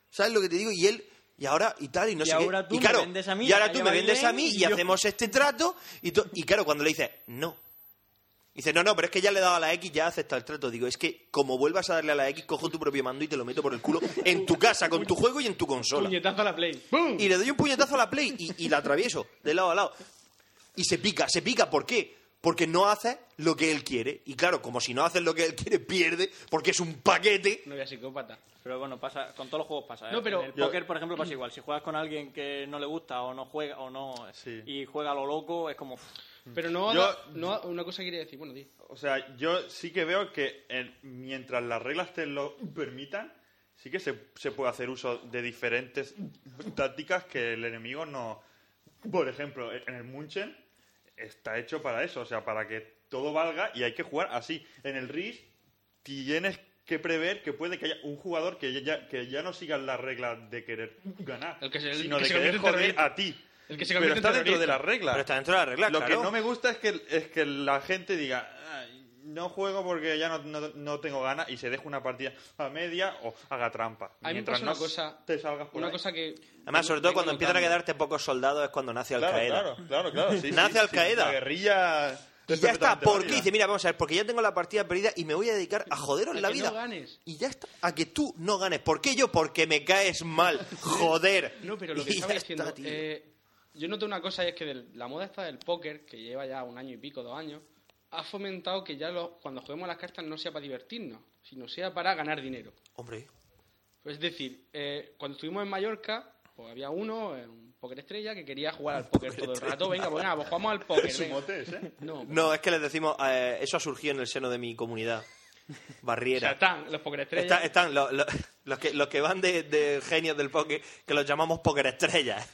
B: ¿Sabes lo que te digo? Y él, y ahora, y tal, y no
F: Y
B: sé qué.
F: ahora tú
B: y
F: me
B: claro,
F: vendes a mí,
B: y ahora
F: la
B: tú me
F: Java
B: vendes a mí
F: Lane
B: y,
F: y yo-
B: hacemos este trato. Y, to- y claro, cuando le dices, no. Dice, no, no, pero es que ya le he dado a la X, ya acepta el trato. Digo, es que como vuelvas a darle a la X, cojo tu propio mando y te lo meto por el culo en tu casa, con tu juego y en tu consola.
H: Puñetazo a la play. ¡Bum!
B: Y le doy un puñetazo a la Play y, y la atravieso de lado a lado. Y se pica, se pica. ¿Por qué? Porque no hace lo que él quiere. Y claro, como si no haces lo que él quiere, pierde, porque es un paquete.
H: No voy a psicópata.
F: Pero bueno, pasa, con todos los juegos pasa. ¿eh?
H: No, pero- Mm.
F: en el
G: Yo-
F: póker, por ejemplo, pasa igual. Si juegas con alguien que no le gusta o no juega o no
G: Sí.
F: y juega a lo loco, es como "Uf,
H: Pero no,
G: Yo-
H: no- una cosa que quería decir. Bueno, di.
G: O sea, yo sí que veo que el- mientras las reglas te lo permitan, sí que se, se puede hacer uso de diferentes tácticas que el enemigo no... Por ejemplo, en el Munchen está hecho para eso, o sea, para que todo valga y hay que jugar así. En el RIS tienes que prever que puede que haya un jugador que ya, que ya no siga las reglas de querer ganar,
H: El que se- el
G: sino
H: que
G: de
H: se convierte
G: querer
H: en
G: joder
H: terrorista.
G: a ti.
H: El que se
G: Pero
H: convierte en
G: está dentro
H: terrorista.
G: de las reglas.
B: Pero está dentro de la regla,
G: Lo
B: claro.
G: que no me gusta es que, es que la gente diga, "Ay, no juego porque ya no, no- no tengo ganas y se deje una partida a media o haga trampa.
H: A mí me
G: Mientras
H: pasa
G: no
H: una cosa.
G: te salgas por
H: una
G: ahí.
H: cosa que.
B: Además, sobre todo
H: vengo
B: cuando empiezan a
H: notando.
B: quedarte pocos soldados es cuando nace
G: Claro,
B: Al-Qaeda.
G: claro, claro,
B: (laughs)
G: claro. sí, sí,
B: Nace
G: sí,
B: Al-Qaeda.
G: La guerrilla...
B: Y
G: es
B: ya está,
G: perfectamente
B: ¿por
G: válida.
B: qué? Dice, mira, vamos a ver, porque ya tengo la partida perdida y me voy a dedicar a joderos
H: A
B: la
H: que
B: vida.
H: no ganes.
B: Y ya está, a que tú no ganes. ¿Por qué yo? Porque me caes mal. Joder.
H: No, pero lo que
B: (laughs) Y
H: estaba
B: ya está,
H: diciendo.
B: tío.
H: eh, yo noto una cosa y es que del- la moda esta del póker, que lleva ya un año y pico, dos años, ha fomentado que ya lo- cuando juguemos a las cartas no sea para divertirnos, sino sea para ganar dinero.
B: Hombre,
H: Pues es decir, eh, cuando estuvimos en Mallorca, pues había uno, eh, un póker estrella, que quería jugar al póker todo el rato. Venga, pues nada, pues jugamos al póker.
G: Su
H: venga.
G: mote es, ¿eh?
H: No, pues
B: no, es que les decimos, eh, eso ha surgido en el seno de mi comunidad.
H: o sea,
B: Barriera.
H: están los póker estrellas.
B: Está- están los, los- los que, los que van de, de genios del póker, que los llamamos póker estrellas.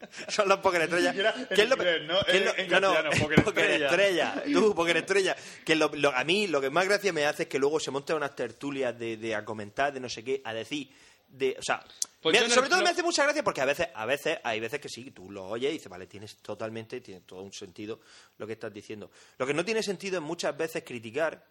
B: (laughs) Son los Poker Estrellas.
G: siquiera en
B: ¿Quién lo-
G: inglés, ¿no?
B: quién lo-
G: En- en
B: no, no, (laughs)
G: castellano,
B: en
G: Poker
B: Poker
G: Estrella.
B: Estrella. Tú, Poker Estrella. Que lo- lo- a mí lo que más gracia me hace es que luego se montan unas tertulias de, de a comentar, de no sé qué, a decir. De, o sea,
H: Pues
B: me-
H: yo no-
B: sobre todo
H: no-
B: me hace mucha gracia porque a veces, a veces, hay veces que sí, tú lo oyes y dices, vale, tienes totalmente, tiene todo un sentido lo que estás diciendo. Lo que no tiene sentido es muchas veces criticar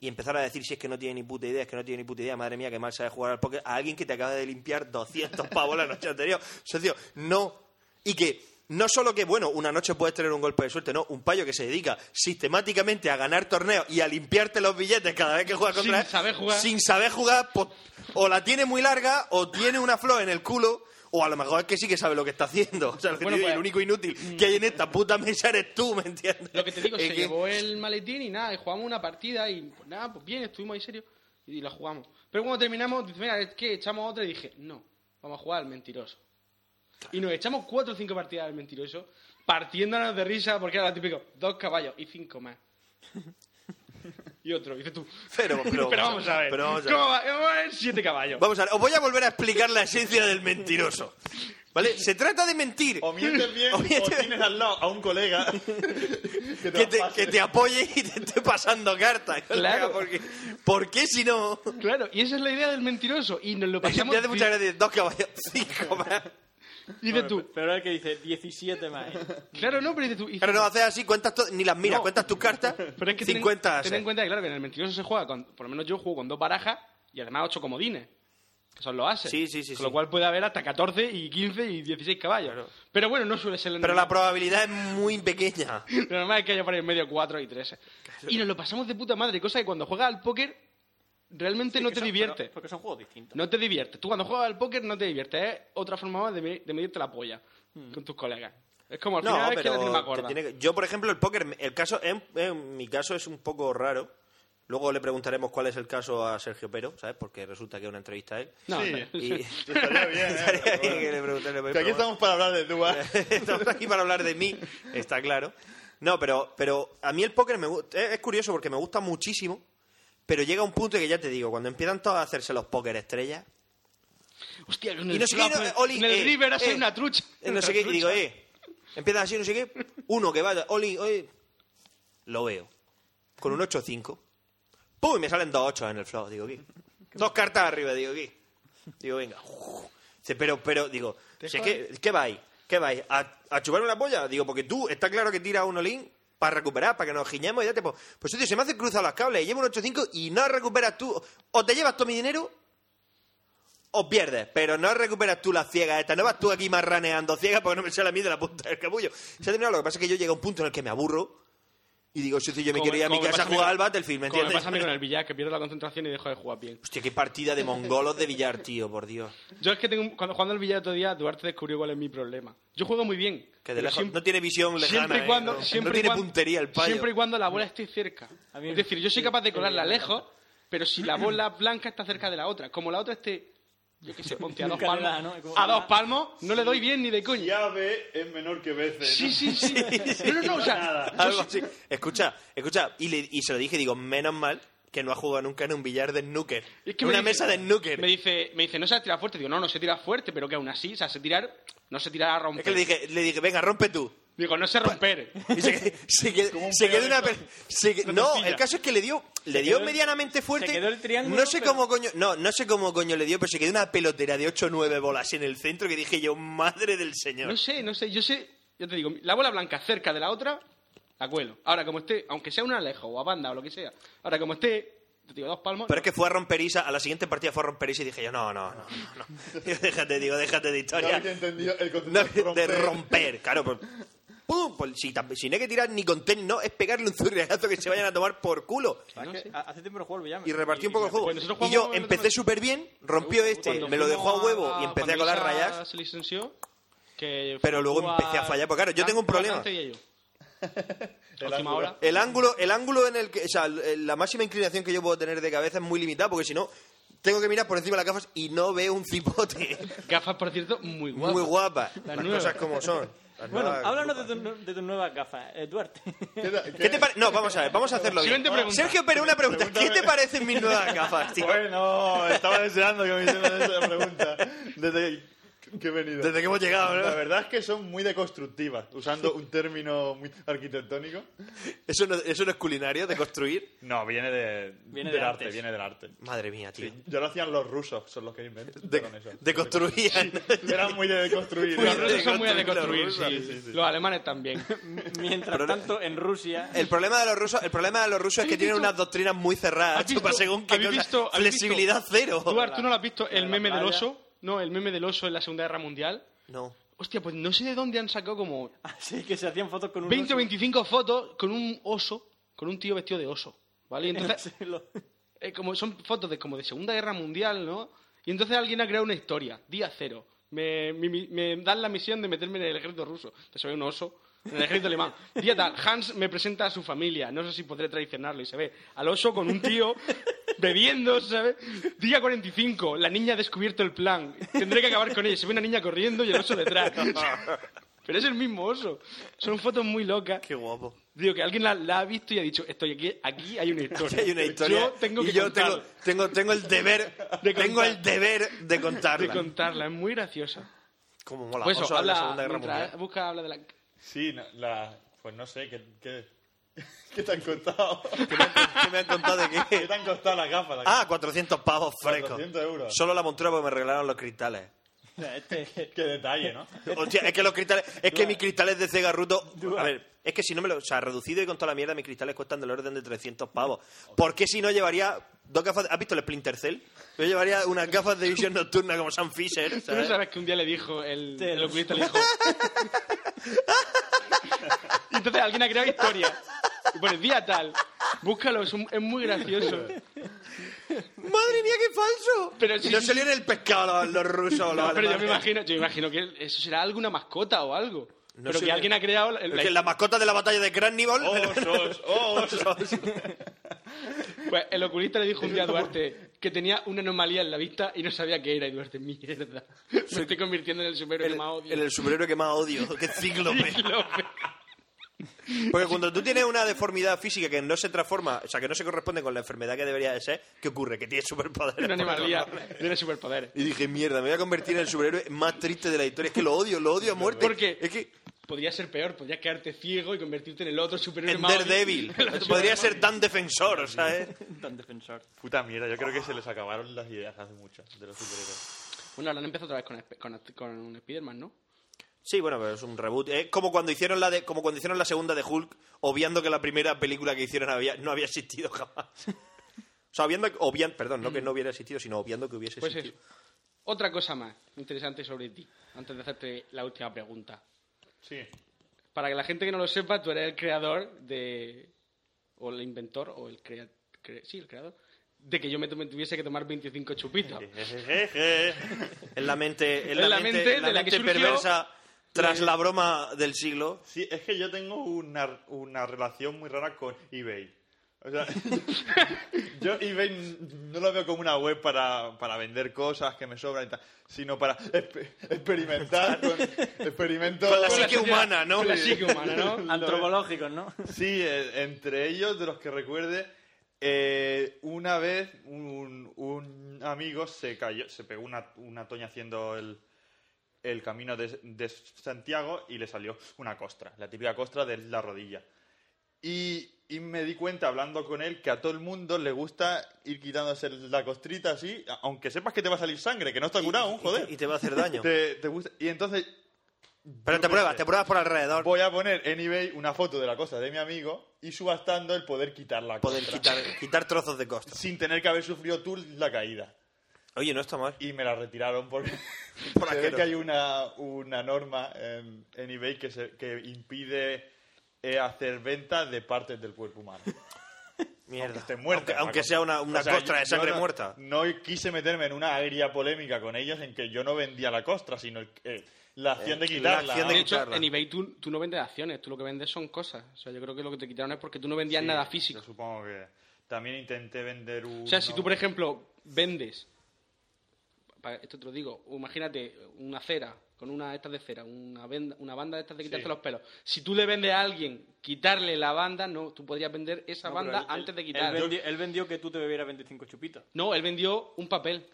B: y empezar a decir si es que no tiene ni puta idea, es que no tiene ni puta idea, madre mía, que mal sabe jugar al póker, a alguien que te acaba de limpiar 200 pavos la noche anterior. Socio, no. Y que no solo que, bueno, una noche puedes tener un golpe de suerte, no, un payo que se dedica sistemáticamente a ganar torneos y a limpiarte los billetes cada vez que juega contra
H: Sin
B: él,
H: saber jugar.
B: sin saber jugar, pues, o la tiene muy larga o tiene una flor en el culo. O a lo mejor es que sí que sabe lo que está haciendo. (laughs) O sea, lo que te
H: Bueno,
B: digo,
H: pues-
B: el único inútil que hay en esta puta mesa eres tú, ¿me entiendes?
H: Lo que te
B: (laughs)
H: digo,
B: Es
H: se
B: que-
H: llevó el maletín y nada, y jugamos una partida y pues nada, pues bien, estuvimos ahí serio y la jugamos. Pero cuando terminamos, dice, mira, es que echamos otra y dije, no, vamos a jugar al mentiroso. Y nos echamos cuatro o cinco partidas al mentiroso, partiéndonos de risa porque era lo típico, dos caballos y
B: (laughs)
H: cinco más. y otro, y dices tú. (laughs)
B: Pero- pero
H: vamos a ver.
B: pero vamos a
H: ¿cómo va- cómo va a haber siete caballos.
B: Vamos a ver, os voy a volver a explicar la esencia del mentiroso. ¿Vale? Se trata de mentir.
G: O
B: (laughs)
G: mientes bien
B: O
G: o,
B: mientes-
G: tienes al lado a un
B: (laughs)
G: colega (laughs) que te,
B: Que te,
G: la pase.
B: que te apoye y te esté pasando cartas. (laughs)
H: Claro.
B: Porque, ¿Por qué si no?
H: Claro, y esa es la idea del mentiroso. Y
B: (laughs)
H: nos lo
B: Me
H: pasamos.
B: hace mucha gracia. Dos caballos, (laughs) cinco más.
H: Y dices tú,
F: Pero ahora el que dice 17 más.
H: (laughs) claro, no, pero dices tú. y-
B: Pero no haces así, cuentas to- ni las miras, cuentas tus cartas.
H: Pero es que ten-
B: 50
H: ten, en cuenta que, claro, que en el mentiroso se juega con, por lo menos yo juego con dos barajas y además ocho comodines, que son los ases.
B: Sí, sí, sí,
H: Con
B: sí.
H: lo cual puede haber hasta 14 y 15 y 16 caballos. Pero bueno, no suele ser lo
B: Pero la
H: (laughs) normal.
B: probabilidad es muy pequeña.
H: Lo normal es que haya por ahí en medio 4 y 13. Y nos lo pasamos de puta madre, cosa que cuando juegas al póker realmente no te divierte.
F: Porque son juegos distintos.
H: No te diviertes. Tú cuando juegas al póker no te diviertes. Es otra forma más de, me- de medirte la polla con tus colegas. Es como al final
B: Hmm. No,
H: es que la tiene más
B: pero
H: gorda.
B: te tiene que- yo, por ejemplo, el póker, el caso, en, en mi caso es un poco raro. Luego le preguntaremos cuál es el caso a Sergio Pero, ¿sabes? Porque resulta que es una entrevista a él.
H: No,
G: Sí.
H: no. (laughs)
B: Y-
G: Estaría bien, ¿eh?
B: Estaría bien
G: Pero
B: que
G: bueno.
B: le pregunten,
G: Que aquí
B: pero bueno.
G: estamos para hablar de Dua.
B: (laughs) Estamos aquí para hablar de mí, está claro. No, pero, pero a mí el póker me gu- es, es curioso porque me gusta muchísimo, pero llega un punto que ya te digo, cuando empiezan todos a hacerse los póker estrellas,
H: Hostia, en
B: Y
H: el,
B: no sé qué,
H: flop,
B: no, Oli,
H: en el
B: eh,
H: river hace
B: eh,
H: (laughs) una trucha.
B: eh, no sé qué, y digo, eh, empiezan así, no sé qué, uno que vaya, Oli, Oli, lo veo, con un 8-5, pum, y me salen dos 8 en el flow, digo, ¿qué? Dos cartas arriba, digo, ¿qué? Digo, venga, ¡uh! Dice, pero, pero, digo, si es que, ¿qué vais? ¿Qué vais? ¿A, a chupar una polla? Digo, porque tú, está claro que tiras un olín para recuperar, para que nos giñemos y ya te po- Pues, tío, se me hacen cruzar las cables y llevo un 8-5 y no recuperas tú. O te llevas todo mi dinero o pierdes, pero no recuperas tú las ciegas estas. No vas tú aquí marraneando ciegas porque no me sale a mí de la punta del capullo. Se ha terminado. Lo que pasa es que yo llego a un punto en el que me aburro y digo, si yo me
H: Como-
B: quiero ir a mi
H: como me
B: casa a
H: pasa a mí
B: jugar
H: con-
B: al Battlefield, ¿me
H: Como me
B: entiendes?
H: pasa a mí con el billar, que pierdo la concentración y dejo de jugar bien.
B: Hostia, qué partida de mongolos de billar, tío, por Dios.
H: Yo es que tengo, un- cuando jugando al billar otro día, Duarte descubrió cuál es mi problema. Yo juego muy bien.
B: Que de
H: pero
B: lejos
H: siempre-
B: no tiene visión lejana.
H: siempre
B: ¿eh?
H: y cuando,
B: no, no
H: siempre y
B: tiene
H: cuando-
B: puntería el payo.
H: Siempre y cuando la bola esté cerca.
F: A mí-
H: es decir, yo soy capaz de colarla lejos, pero si la bola blanca está cerca de la otra, como la otra esté, yo qué sé, ponte
F: (laughs)
H: a dos
F: Nunca le da,
H: palmos,
F: ¿no? Es como-
H: a dos palmos, no le doy bien ni de coña.
G: Ya ve, es menor que veces.
H: Sí, sí, sí. No, no, no, o sea,
B: Algo así. Escucha, escucha. Y, le- y se lo dije, digo, menos mal que no ha jugado nunca en un billar de snooker.
H: Es que me
B: Una
H: dice-
B: mesa de snooker.
H: Me dice, me dice, no sabes tirar fuerte. Digo, no, no sé tirar fuerte, pero que aún así, o sea, sé tirar, no sé tirar a romper.
B: Es que le dije, "Pues, le dije, venga, rompe tú.
H: Digo, no sé romper.
B: Y se, (laughs) qued- se qued-
G: Como un
B: se quedó
G: peón
B: una...
G: eso.
B: per- se qued-
H: Una
B: no,
H: tortilla.
B: el caso es que le dio, le dio
F: quedó el-
B: medianamente fuerte.
F: se quedó el triángulo,
B: No sé
F: pero-
B: cómo coño... No, no sé cómo coño le dio, pero se quedó una pelotera de 8 o 9 bolas en el centro que dije yo, madre del señor.
H: No sé, no sé, yo sé, yo te digo, la bola blanca cerca de la otra, la cuelo. Ahora, como esté, aunque sea una lejos o a banda o lo que sea, ahora como esté, te digo, dos palmos.
B: Pero es que fue a romperisa, a la siguiente partida fue a romperisa y dije yo, no, no, no, no, no. (laughs) Digo, déjate, digo, déjate de
G: No
B: historia.
G: había entendido el
B: No,
G: concepto
B: de romper, claro. Pues, pum, pues, si, tam- si no hay que tirar ni con tenis, no, es pegarle un zurriagazo que se vayan a tomar por culo.
F: Es que ha- Hace tiempo no juego al billar.
B: Y repartí un poco el juego.
H: Pues nosotros
B: Y yo
H: jugamos el otro
B: empecé
H: día.
B: súper bien, rompió este,
H: Cuando
B: me lo dejó
H: fuimos
B: a huevo y empecé a
H: cuando
B: colar
H: Isa
B: rayas.
H: Se licenció, que
B: Pero luego
H: jugó
B: empecé a fallar, porque claro, yo tengo un
H: Dante-
B: problema.
H: Dante y yo.
G: El
H: Última
G: ángulo.
H: hora.
B: El ángulo, el ángulo en el que, o sea, el- la máxima inclinación que yo puedo tener de cabeza es muy limitada, porque si no, tengo que mirar por encima de las gafas y no veo un
H: (laughs)
B: cipote.
H: Gafas, por cierto, muy guapas.
B: Muy guapa. Las,
H: Las nuevas.
B: cosas como son. Las
F: Bueno,
B: nuevas
F: háblanos de,
B: grupas.
F: tu, nu- de tus nuevas gafas, eh, Duarte.
G: ¿Qué tal?
B: ¿Qué te pare- No, vamos a ver, vamos a hacerlo bien.
H: Siguiente pregunta.
B: Sergio, pero una pregunta. ¿Qué te
G: Pregúntame.
B: parecen mis nuevas gafas, tío?
G: Bueno, estaba deseando que me hicieran esa pregunta. Desde Qué venido.
B: Desde que hemos llegado,
G: La
B: ¿no?
G: verdad es que son muy deconstructivas, usando un término muy arquitectónico.
B: ¿Eso no, eso no es culinario de construir?
G: No, viene, de,
F: Viene
G: del
F: de
G: arte,
F: artes.
G: viene del arte.
B: Madre mía, tío.
G: Sí, ya lo hacían los rusos, son los que
B: De,
G: inventaron eso.
B: de construir. (laughs)
G: Eran muy de deconstruir.
B: Muy
H: Los
B: de
H: rusos son muy a
B: deconstruir,
H: deconstruir,
B: la
H: sí,
B: rusa,
G: sí, sí.
H: Los alemanes también.
F: (laughs) Mientras tanto, en Rusia.
B: El problema de los rusos, el problema de los rusos es que
H: ¿Habéis
B: tienen
H: visto-
B: unas doctrinas muy cerradas,
H: ¿Has visto-
B: chupa según qué
H: habéis
B: cosa.
H: visto- habéis visto-
B: flexibilidad cero.
H: Duarte, ¿tú no lo has visto?
F: la
H: El meme del
F: playa.
H: oso. No, el meme del oso en la Segunda Guerra Mundial.
B: No.
H: Hostia, pues no sé de dónde han sacado como
F: Así que se hacían fotos con un.
H: 20
F: oso. (laughs)
H: o 25 fotos con un oso, con un tío vestido de oso. ¿Vale? Y entonces,
F: (laughs) Sí, lo-
H: eh, como son fotos de como de Segunda Guerra Mundial, ¿no? Y entonces alguien ha creado una historia, día cero. Me, mi- mi- me dan la misión de meterme en el ejército ruso. Entonces se ve un oso en el ejército alemán. Día tal, Hans me presenta a su familia. No sé si podré traicionarlo. Y se ve al oso con un tío bebiendo, ¿sabes? Día 45, la niña ha descubierto el plan. Tendré que acabar con ella. Se ve una niña corriendo y el oso detrás. Pero es el mismo oso. Son fotos muy locas.
B: Qué guapo.
H: Digo que alguien la, la ha visto y ha dicho, estoy aquí, aquí
B: (laughs)
H: hay una historia.
B: Hay una historia
H: Yo tengo
B: y
H: que
B: yo
H: contarla.
B: tengo, tengo, tengo el deber,
H: De
B: tengo
H: contar.
B: el deber de contarla.
H: de contarla, es muy graciosa.
B: Como mola.
H: Pues eso,
B: Oso habla de la
H: habla-
B: Segunda Guerra
H: mientras
B: Mundial.
H: busca, habla de la...
G: Sí, no, la, pues no sé, ¿qué, qué, qué te han contado?
B: ¿Qué me, han- qué me han contado de
G: ¿Qué
B: qué?
H: (laughs)
G: te han costado las gafas? Las
B: Ah, 400 pavos frescos.
G: 400 euros.
B: Solo la montura porque me regalaron los cristales.
F: o sea, este-
G: Qué detalle, ¿no?
B: Hostia, es que los cristales, es que mis cristales de cegarruto, a ver, es que si no me lo, o sea, reducido y con toda la mierda, mis cristales cuestan del orden de 300 pavos. ¿Por qué si no llevaría dos gafas? de- ¿Has visto el Splinter Cell? Yo llevaría unas gafas de visión nocturna como Sam Fisher,
H: Tú no
B: ¿sabes?
H: sabes que un día le dijo, el,
F: Te
H: el
F: lo-
H: oculista le dijo... y entonces alguien ha creado historia. Y pone, día tal, búscalo, es, un- es muy gracioso.
B: Madre mía, qué falso.
H: Pero
B: Y
H: sí,
B: no
H: sí,
B: salieron el pescado los, los rusos, los
H: No, pero yo
B: alemanes.
H: me imagino, yo me imagino que eso será alguna mascota o algo.
B: No
H: pero
B: sé.
H: que alguien ha creado... la-
B: Es
H: la-
B: que la mascota de la batalla de Crannival.
H: Oh,
B: (laughs)
G: Osos, osos.
H: Pues el oculista le dijo un día a Duarte que tenía una anomalía en la vista y no sabía qué era. Y Duarte, mierda. Me estoy convirtiendo en el superhéroe que
B: El,
H: más odio. (laughs)
B: el superhéroe que más odio, que es Cíclope.
H: Cíclope.
B: Porque cuando tú tienes una deformidad física que no se transforma, o sea, que no se corresponde con la enfermedad que debería de ser, ¿qué ocurre? Que tienes superpoderes.
H: Una anomalía
B: por cojones.
H: tiene superpoderes.
B: Y dije, mierda, me voy a convertir en el superhéroe más triste de la historia. Es que lo odio, lo odio a muerte.
H: ¿Por qué?
B: Es que
H: Podría ser peor, podrías quedarte ciego y convertirte en el otro superhéroe
B: en
H: más odio.
B: Daredevil.
H: (laughs) El otro
B: Podría
H: superhéroe
B: ser tan defensor, o sea, ¿eh?
F: (laughs) Tan defensor.
G: Puta mierda, yo creo que se les acabaron las ideas hace mucho de los superhéroes.
H: más odio. Bueno, ahora han empezado otra vez con, Sp- con, con Spider-Man, ¿no?
B: Sí, bueno, pero es un reboot. Es como cuando hicieron la de, como cuando hicieron la segunda de Hulk, obviando que la primera película que hicieron había, no había existido jamás. (laughs) O sea, obviando, obvian- perdón, no que no hubiera existido, sino obviando que hubiese
H: Pues eso.
B: existido.
H: Otra cosa más interesante sobre ti, antes de hacerte la última pregunta.
G: Sí.
H: Para que la gente que no lo sepa, tú eres el creador de. o el inventor, o el crea, cre- sí, el creador, de que yo me tome- tuviese que tomar 25 chupitos.
B: (laughs) Es la mente, es la,
H: Es la
B: mente,
H: mente
B: es la
H: de la que
B: mente
H: surgió-
B: perversa tras la broma del siglo.
G: Sí, es que yo tengo una, una relación muy rara con eBay. O sea, (laughs) yo eBay n- no lo veo como una web para, para vender cosas que me sobran y tal, sino para expe- experimentar con, experimento
B: Con la psique humana, ¿no?
H: Con la psique humana,
B: (laughs)
H: ¿no?
F: Antropológicos, ¿no?
G: Sí, eh, entre ellos, de los que recuerde, eh, una vez un, un amigo se cayó, se pegó una, una toña haciendo el, el camino de, de Santiago y le salió una costra, la típica costra de la rodilla. Y, y me di cuenta hablando con él que a todo el mundo le gusta ir quitándose la costrita así, a- aunque sepas que te va a salir sangre, que no está curado,
B: Y-
G: joder.
B: Y te va a hacer daño.
G: Te- te gusta- y entonces
B: Pero
G: yo
B: te
G: qué
B: pruebas,
G: sé.
B: te pruebas por alrededor.
G: Voy a poner en eBay una foto de la cosa de mi amigo y subastando el poder quitar la
B: Poder
G: costra.
B: quitar, quitar trozos de costa.
G: Sin tener que haber sufrido tú la caída.
B: Oye, no está mal.
G: Y me la retiraron porque
B: (laughs) Por
G: se ve
B: aquello.
G: que hay una, una norma en, en eBay que, se- que impide eh, hacer ventas de partes del
B: (laughs)
G: cuerpo humano.
B: Mierda.
G: Esté muerta,
B: Aunque, aunque
G: Paco.
B: sea una, una
G: O sea,
B: costra de
G: yo
B: sangre
G: no-
B: muerta.
G: No quise meterme en una agria polémica con ellos en que yo no vendía la costra, sino el- eh, la acción de
B: Eh, la
G: quitarla.
B: acción de
H: De hecho,
B: Quitarla.
H: en eBay tú, tú no vendes acciones, tú lo que vendes son cosas. O sea, yo creo que lo que te quitaron es porque tú no vendías
G: Sí,
H: nada
G: yo
H: físico.
G: supongo que también intenté vender un...
H: O sea, si tú, por ejemplo, vendes, pa- esto te lo digo, imagínate una cera, con una de estas de cera, una, venda- una banda de estas de quitarte
G: Sí.
H: los pelos. Si tú le vendes a alguien quitarle la banda, no, tú podrías vender esa
F: No, pero
H: banda
F: él-
H: antes de
F: él-
H: quitar.
F: Él vendió, él vendió que tú te bebieras 25 chupitos.
H: No, él vendió un papel.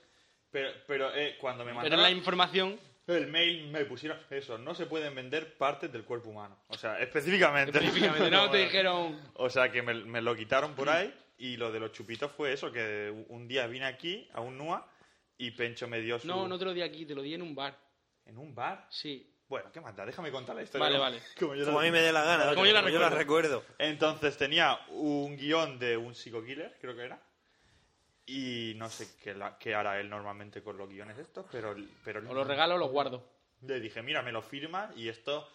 G: Pero, pero eh, cuando me
H: Pero
G: mandaron... (laughs)
H: la información
G: el mail me pusieron eso, no se pueden vender partes del cuerpo humano. O sea, específicamente.
H: Específicamente,
G: (laughs)
H: no te dijeron. Mm.
G: O sea, que me, me lo quitaron por ahí y lo de los chupitos fue eso, que un día vine aquí a un NUA y Pencho me dio su...
H: No, no te lo di aquí, te lo di en un bar.
G: ¿En un bar?
H: Sí.
G: Bueno, ¿qué más da? Déjame contar la historia.
H: Vale,
G: como-
H: vale.
G: Como, yo la-
B: Como a mí me dé la gana,
H: Como yo la
B: la recuerdo.
G: Entonces tenía un guión de un psico-killer, creo que era. Y no sé qué, la- qué hará él normalmente con los guiones estos, pero... pero
H: O los regalo o los guardo.
G: Le dije, mira, me lo firma y esto,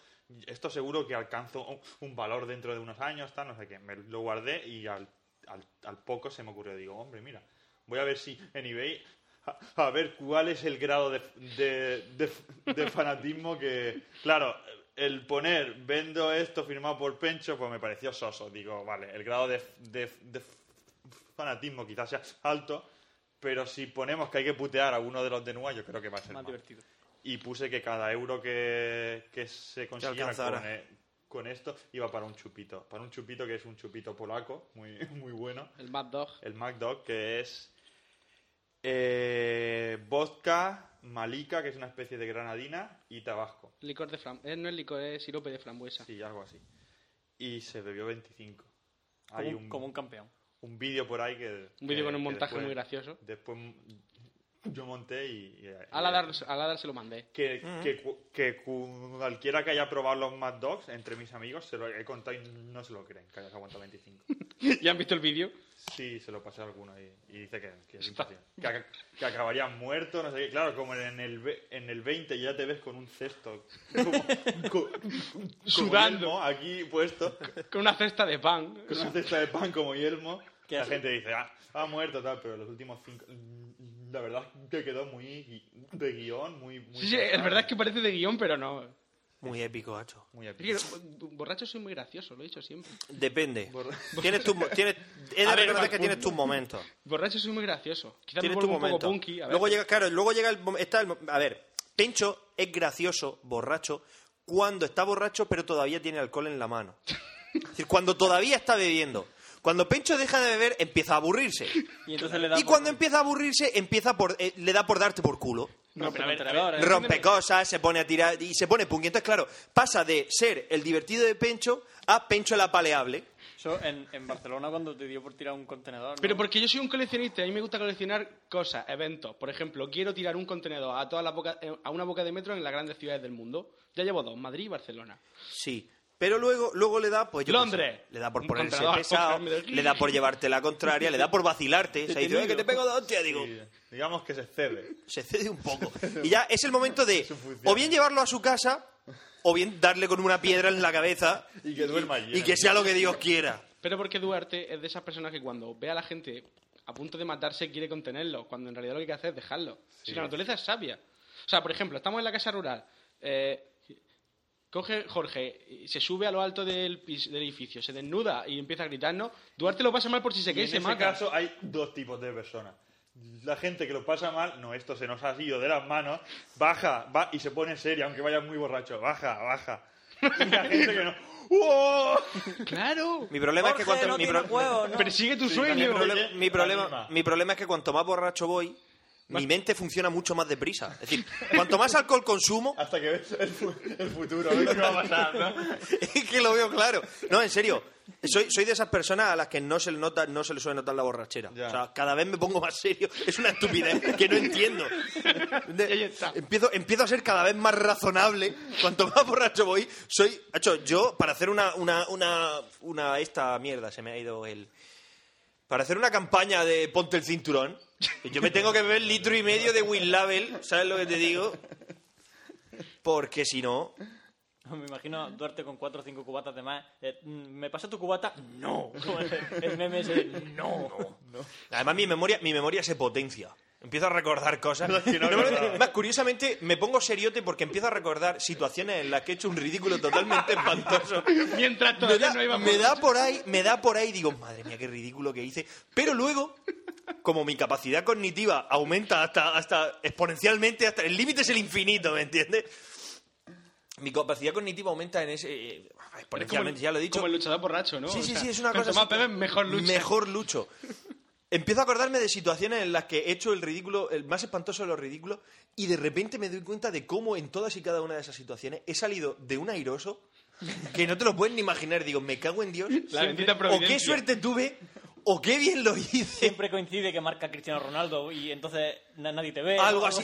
G: esto seguro que alcanzo un, un valor dentro de unos años, tal, no sé qué. Me lo guardé y al, al- al poco se me ocurrió, digo, hombre, mira, voy a ver si en eBay, a, a ver cuál es el grado de, de- de- de fanatismo que... Claro, el poner, vendo esto firmado por Pencho, pues me pareció soso. Digo, vale, el grado de- de- de fanatismo quizás sea alto. Pero si ponemos que hay que putear a uno de los de Nua, yo creo que va a ser
H: Más
G: mal
H: divertido.
G: y puse que cada euro que, que se consiguiera
B: alcanzara.
G: con, eh, con esto iba para un chupito. Para un chupito que es un chupito polaco, muy, (laughs) muy bueno.
H: El Mad Dog.
G: El MacDog, que es eh, vodka, malika, que es una especie de granadina, y tabasco.
H: Licor de frambuesa. no es licor, es sirope de frambuesa.
G: Sí, algo así. Y se bebió 25. Hay
F: Como,
G: un,
F: un, como un campeón.
G: un vídeo por ahí que...
H: Un vídeo
G: que-
H: con un
G: que
H: montaje
G: después-
H: muy gracioso.
G: Después yo monté y... eh, y-
H: A la dar, a la dar se lo mandé. (laughs)
G: que, que cu- que cu- cualquiera que haya probado los Mad Dogs entre mis amigos se lo he contado y no se lo creen, que hayas
H: (laughs)
G: aguantado 25.
H: ¿Ya han visto el vídeo?
G: Sí, se lo pasé a alguno y, y dice que, que es
H: Está-
G: imposible. Que, ac- que acabarías muerto, no sé qué. Claro, como en el, ve- en el 20 ya te ves con un cesto. como- (laughs) co- como
H: Sudando.
G: yelmo Aquí puesto,
H: Con una cesta de pan.
G: con una cesta de pan como yelmo.
F: ¿Qué
G: la
F: hace?
G: gente dice, ah, ha muerto, tal, pero los últimos cinco... La verdad que quedó muy gui- de guión, muy... muy
H: Sí, sí, es verdad es que parece de guión, pero no.
B: Muy épico, hacho.
G: Muy
H: Es
G: épico.
H: que bo- borracho soy muy gracioso, lo he dicho siempre.
B: Depende.
G: Por-
B: Tienes tus mo- tienes, he de
H: A ver,
B: reconocer
H: Marc,
B: que tienes tus momentos.
H: Borracho soy muy gracioso. Quizás me
B: Tienes tus
H: vuelvo un poco
B: momentos.
H: punky. a
B: Luego
H: veces.
B: llega, claro, luego llega el mom- está el mom- a ver, Pencho es gracioso, borracho, cuando está borracho pero todavía tiene alcohol en la mano. Es decir, cuando todavía está bebiendo. Cuando Pencho deja de beber, empieza a
H: (laughs)
B: aburrirse.
F: Y entonces le da
B: Y
F: por-
B: cuando empieza a aburrirse, empieza por, eh, le da por darte por culo.
F: No, pero a ver, a ver,
H: Rompecabezas.
B: rompe cosas, se pone a tirar y se pone punky. Entonces, claro, pasa de ser el divertido de Pencho a Pencho el apaleable.
F: Eso en, en Barcelona cuando te dio por tirar un contenedor. ¿no?
H: Pero porque yo soy un coleccionista, a mí me gusta coleccionar cosas, eventos. Por ejemplo, quiero tirar un contenedor a, todas las boca- eh, a una boca de metro en las grandes ciudades del mundo. Ya llevo dos, Madrid y Barcelona.
B: Sí. Pero luego, luego le da, pues yo qué sé,
H: Londres.
B: le da por
H: Un
B: ponerse
H: controlador,
B: pesado,
H: cogerme de aquí.
B: le da por llevarte la contraria, le da por
G: (laughs)
B: vacilarte. O sea, dice, "Oye, que te pego dos hostias", digo,
G: Sí, digamos que se
H: (laughs)
G: cede.
B: se cede un
G: (laughs)
B: poco. Y ya es el momento de,
G: Eso funciona.
B: o bien llevarlo a su casa, o bien darle con una piedra en la cabeza
G: (laughs) Y que duerma allí.
B: y que sea lo que Dios quiera.
H: Pero porque Duarte es de esas personas que cuando ve a la gente a punto de matarse quiere contenerlo, cuando en realidad lo que hay que hacer es dejarlo. Si la naturaleza es sabia. O sea, por ejemplo, estamos en la casa rural. eh, coge Jorge, y se sube a lo alto del, pis- del edificio, se desnuda y empieza a gritarnos. Duarte lo pasa mal por si se
G: Y
H: cae
G: en
H: y se
G: ese
H: mata.
G: caso hay dos tipos de personas. La gente que lo pasa mal, no, esto se nos ha ido de las manos, baja, va y se pone seria, aunque vaya muy borracho, baja, baja. Y la gente que no, ¡Uoh!
B: (laughs)
H: ¡Claro!
B: Mi problema es que cuanto mi pro- (laughs)
H: Persigue tu
B: mi,
H: sueño.
B: problema- mi problema,
G: Anima.
B: mi problema es que cuanto más borracho voy, mi mente funciona mucho más deprisa. Es decir, cuanto más alcohol
G: (laughs)
B: consumo,
G: Hasta que ves el, fu- el futuro, ves qué va a pasar, ¿no?
B: (laughs) es que lo veo claro. No, en serio. Soy, soy de esas personas a las que no se le nota, no se le suele notar la borrachera.
G: Ya.
B: O sea, cada vez me pongo más serio. Es una estupidez que no entiendo. De-
H: ahí está.
B: empiezo, empiezo a ser cada vez más razonable. Cuanto más borracho voy, soy. Hacho, yo para hacer una, una, una, una esta mierda se me ha ido el. Para hacer una campaña de ponte el cinturón, yo me tengo que beber litro y medio de Will Label, ¿sabes lo que te digo? Porque si no,
F: (laughs) Me imagino a Duarte con cuatro o cinco cubatas de más. eh, mm, ¿Me pasa tu cubata? No. (laughs) Como el, el meme ese, no.
B: Además, mi memoria, mi memoria se potencia. Empiezo a recordar cosas.
G: Las que no
B: Normalmente-
G: recordaba.
B: más curiosamente, me pongo seriote porque empiezo a recordar situaciones en las que he hecho un ridículo totalmente espantoso.
H: Mientras
B: Me
H: (laughs) todavía
B: da,
H: no iba
B: me da por ahí, me da por ahí, digo, madre mía, qué ridículo que hice. Pero luego, como mi capacidad cognitiva aumenta hasta, hasta exponencialmente, hasta el límite es el infinito, ¿me entiendes? Mi capacidad cognitiva aumenta en ese eh,
H: Es como
B: exponencialmente,
H: el-
B: ya lo he dicho.
H: Como el luchador borracho, ¿no?
B: Sí,
H: O
B: sí,
H: sea,
B: sí, es una
H: cuanto
B: cosa.
H: más
B: así-
H: bebes, mejor lucha.
B: Mejor lucho. Empiezo a acordarme de situaciones en las que he hecho el ridículo, el más espantoso de los ridículos, y de repente me doy cuenta de cómo en todas y cada una de esas situaciones he salido de un airoso que no te lo puedes ni imaginar. Digo, me cago en Dios.
H: La bendita
B: o
H: providencia.
B: qué suerte tuve, o qué bien lo hice.
F: Siempre coincide que marca Cristiano Ronaldo y entonces na- nadie te ve.
B: Algo así.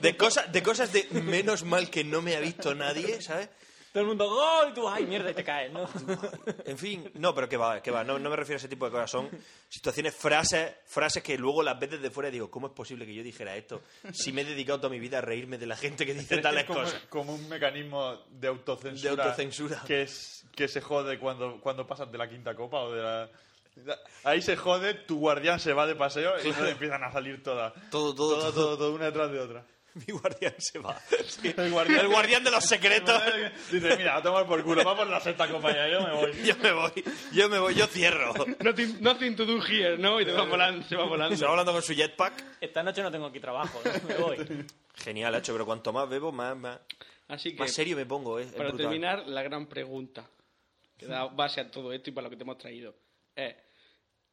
B: De, cosas de cosas de menos mal que no me ha visto nadie, ¿sabes?
F: Todo el mundo, ¡gol! Y tú, ¡ay, mierda! Y te caes, ¿no? (laughs)
B: En fin, no, pero que va, que va. No, no me refiero a ese tipo de cosas. Son situaciones, frases, frases que luego las ves desde fuera y digo, ¿cómo es posible que yo dijera esto? Si me he dedicado toda mi vida a reírme de la gente que dice tales
G: como,
B: cosas.
G: como un mecanismo de autocensura.
B: De autocensura.
G: Que, es, que se jode cuando, cuando pasas de la quinta copa o de la... Ahí se jode, tu guardián se va de paseo y entonces empiezan a salir todas.
B: Todo, todo,
G: todo,
B: todo.
G: todo, una detrás de otra.
B: Mi guardián se va. Sí.
G: El guardián-
B: El guardián de los
H: (laughs)
B: secretos.
G: Dice, mira, a tomar por culo, va por la sexta copa ya, yo me
B: (laughs)
G: voy.
B: Yo me voy, yo me voy, yo cierro.
H: Nothing, nothing to do here, ¿no? Y te va volando, se va volando.
B: Se va hablando con su jetpack.
F: Esta noche no tengo aquí trabajo, ¿no? me voy.
B: Genial, hecho, pero cuanto más bebo, más, más,
H: Así que,
B: más serio me pongo. eh. Es
H: para
B: brutal.
H: terminar, la gran pregunta que da base a todo esto y para lo que te hemos traído es: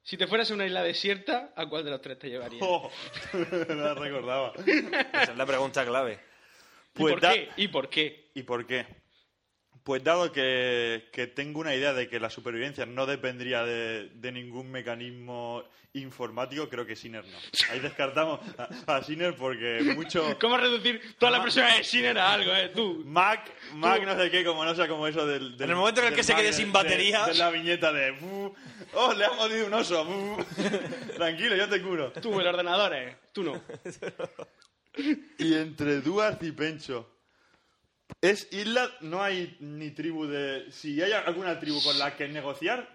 H: si te fueras a una isla desierta, ¿a cuál de los tres te llevarías?
G: Oh, (laughs) no la recordaba.
B: Esa es la pregunta clave.
H: ¿Y,
G: Pues
H: por
G: da-
H: qué? ¿Y por qué?
G: ¿Y por qué? Pues dado que, que tengo una idea de que la supervivencia no dependría de, de ningún mecanismo informático, creo que Sinner no. Ahí descartamos a, a Sinner porque
B: (laughs)
G: mucho
H: ¿Cómo reducir
G: Ah.
H: toda la presión de Sinner a algo, eh? Tú.
G: Mac, Mac no sé qué, como no sea como eso del... del-
B: En el momento en el
G: del
B: que se
G: Mac,
B: quede
G: de-
B: sin
G: de-
B: batería.
G: De, la viñeta de... "Bu, ¡Oh, le ha mordido un oso! bu". (laughs) Tranquilo, yo te curo.
H: Tú, el ordenador, eh. Tú no.
G: Y entre Duarte y Pencho. Es isla, no hay ni tribu de. Si hay alguna tribu con la que negociar,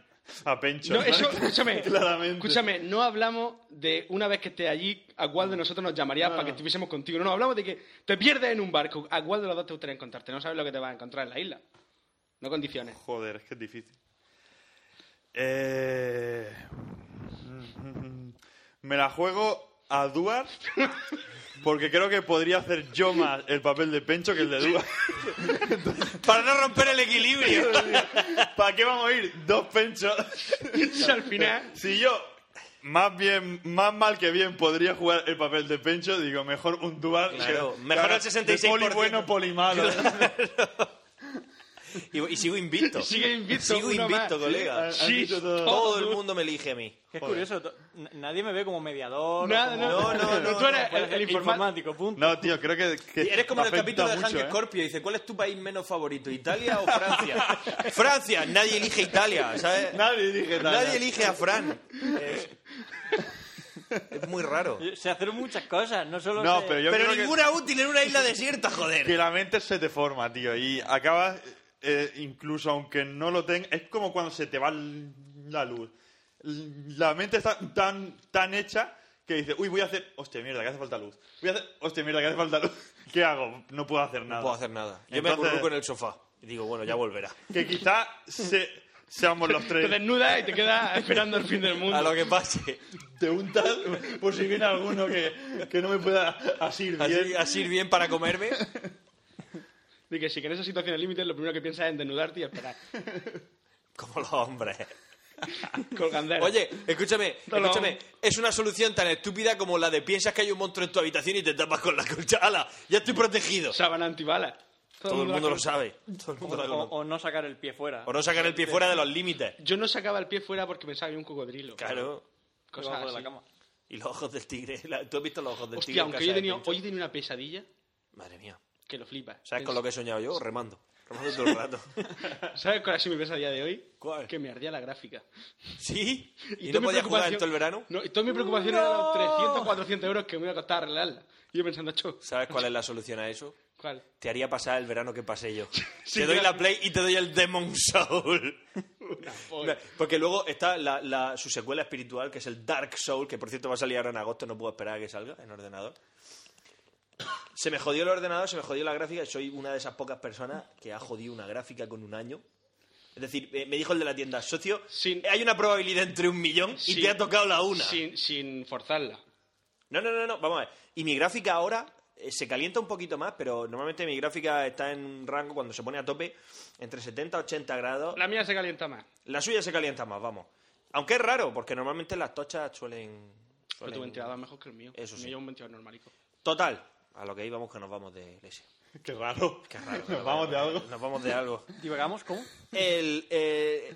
G: a Pencho.
H: No,
G: (laughs)
H: eso, escúchame,
G: Claramente.
H: escúchame, no hablamos de una vez que estés allí, a cuál de nosotros nos llamarías
G: No,
H: para que
G: no.
H: estuviésemos contigo. No, no, hablamos de que te pierdes en un barco. ¿A cuál de los dos te gustaría encontrarte? No sabes lo que te vas a encontrar en la isla. No
G: (laughs)
H: condiciones.
G: Joder, es que es difícil. Eh... mm, Me la juego a Duarte porque creo que podría hacer yo más el papel de Pencho que el de Duarte.
H: (laughs)
B: Para no romper el equilibrio.
G: ¿Para qué vamos a ir? Dos Penchos.
H: Si al final,
G: Si yo, más bien, más mal que bien, podría jugar el papel de Pencho, digo, mejor un dual.
B: Claro,
G: que-
B: mejor
G: que-
B: el 66%.
G: de Poli bueno, poli malo. (laughs)
B: Y, y sigo invicto.
H: Sigue invicto,
B: Sigo
H: uno
B: invicto,
H: más.
B: colega.
G: Han dicho todo.
B: Todo el mundo me elige a mí.
F: Que Es curioso, to- n- nadie me ve como mediador. o
H: nada,
F: como-
H: no,
B: No, no, no,
H: Tú eres
F: Puede
H: el,
F: ser
H: el informático.
F: informático, punto.
G: No, tío, creo que. que
B: Eres como en el
G: afecta
B: capítulo de
G: mucho,
B: Hank
G: ¿eh?
B: Scorpio. Dice, ¿cuál es tu país menos favorito, Italia o Francia? (laughs) Francia. Nadie elige Italia, ¿sabes?
G: Nadie dije nada.
B: Nadie elige a Fran. Es, es muy raro.
F: Sé hacer muchas cosas, no solo
G: No,
F: sé-
G: pero yo
B: Pero
G: creo que-
B: ninguna útil en una isla desierta,
G: ¿eh? que
B: joder.
G: la mente se te forma, tío, y acabas, eh, incluso aunque no lo tengas, es como cuando se te va l- la luz. L- La mente está tan, tan hecha que dice, uy, voy a hacer, hostia, mierda, que hace falta luz. Voy a hacer, hostia, mierda, que hace falta luz. (laughs) ¿Qué hago? No puedo hacer nada.
B: No puedo hacer nada. Yo me
G: Entonces-
B: acurruco en el sofá. Y digo, bueno, ya volverá.
G: Que quizá se- seamos los
H: Te
G: tres.
H: desnudas y te quedas esperando el fin del
B: A
H: mundo.
B: lo que pase.
G: Te untas, por si viene alguno que, que no me pueda asir
B: Así,
G: bien.
B: así bien para comerme.
H: De que si quieres esa situación límite, lo primero que piensas es en desnudarte y
B: (laughs)
H: esperar.
B: Como los hombres.
H: Colgandero.
B: Oye, escúchame,
H: No, no.
B: escúchame. Es una solución tan estúpida como la de piensas que hay un monstruo en tu habitación y te tapas con la colcha. ¡Hala! Ya estoy protegido.
H: sábana antibalas.
B: Todo el mundo
H: la
B: lo sabe. Todo el
F: (laughs) o,
B: mundo lo
F: o-
B: conoce.
F: o no sacar el pie fuera.
B: O no sacar el pie fuera de los límites.
H: Yo no sacaba el pie fuera porque pensaba que había un cocodrilo.
B: Claro.
H: Cosas
F: debajo de la
H: así.
F: cama.
B: Y los ojos del tigre. La- ¿Tú has visto los ojos del tigre?
H: Hostia,
B: en
H: aunque
B: casa
H: yo he
B: de
H: tenido,
B: Pencho?
H: hoy he tenido una pesadilla
B: Madre mía.
H: que lo flipa.
B: ¿Sabes con lo que he soñado yo? Remando. Remando todo el rato.
H: (laughs) ¿Sabes cuál ha sido mi pesadilla de hoy?
B: ¿Cuál?
H: Que me ardía la gráfica.
B: ¿Sí? ¿Y,
H: toda
B: no
H: mi
B: podías jugar
H: preocupación-
B: en todo el verano?
H: No, y toda mi preocupación era los 300, 400 euros que me iba a costar arreglarla. Y yo pensando, cho,
B: ¿Sabes cuál es la solución a eso?
H: ¿cuál?
B: Te haría pasar el verano que pasé yo.
H: (laughs) Sí,
B: te doy
H: claro.
B: la Play y te doy el Demon Soul.
H: Pobre.
B: Porque luego está la, la- su secuela espiritual, que es el Dark Soul, que por cierto va a salir ahora en agosto, no puedo esperar a que salga en ordenador. Se me jodió el ordenador, se me jodió la gráfica, y soy una de esas pocas personas que ha jodido una gráfica con un año. Es decir, eh, me dijo el de la tienda, socio,
H: Sin-
B: hay una probabilidad entre un millón y
H: Sin-
B: te ha tocado la una.
H: Sin, sin forzarla.
B: No, no, no, no, vamos a ver. Y mi gráfica ahora eh, se calienta un poquito más, pero normalmente mi gráfica está en un rango cuando se pone a tope entre 70 y 80 grados.
H: La mía se calienta más.
B: La suya se calienta más, vamos. Aunque es raro, porque normalmente las tochas suelen.
H: Pero
B: suelen-
H: tu ventilador es mejor que el mío.
B: Eso
H: El
B: sí.
H: mío es un ventilador normalico.
B: Total. A lo que íbamos que nos vamos de iglesia.
G: Qué raro.
B: Qué
G: (laughs)
B: raro.
G: Nos vamos de algo.
B: Nos vamos de algo.
F: Divagamos, ¿cómo?
B: El, eh,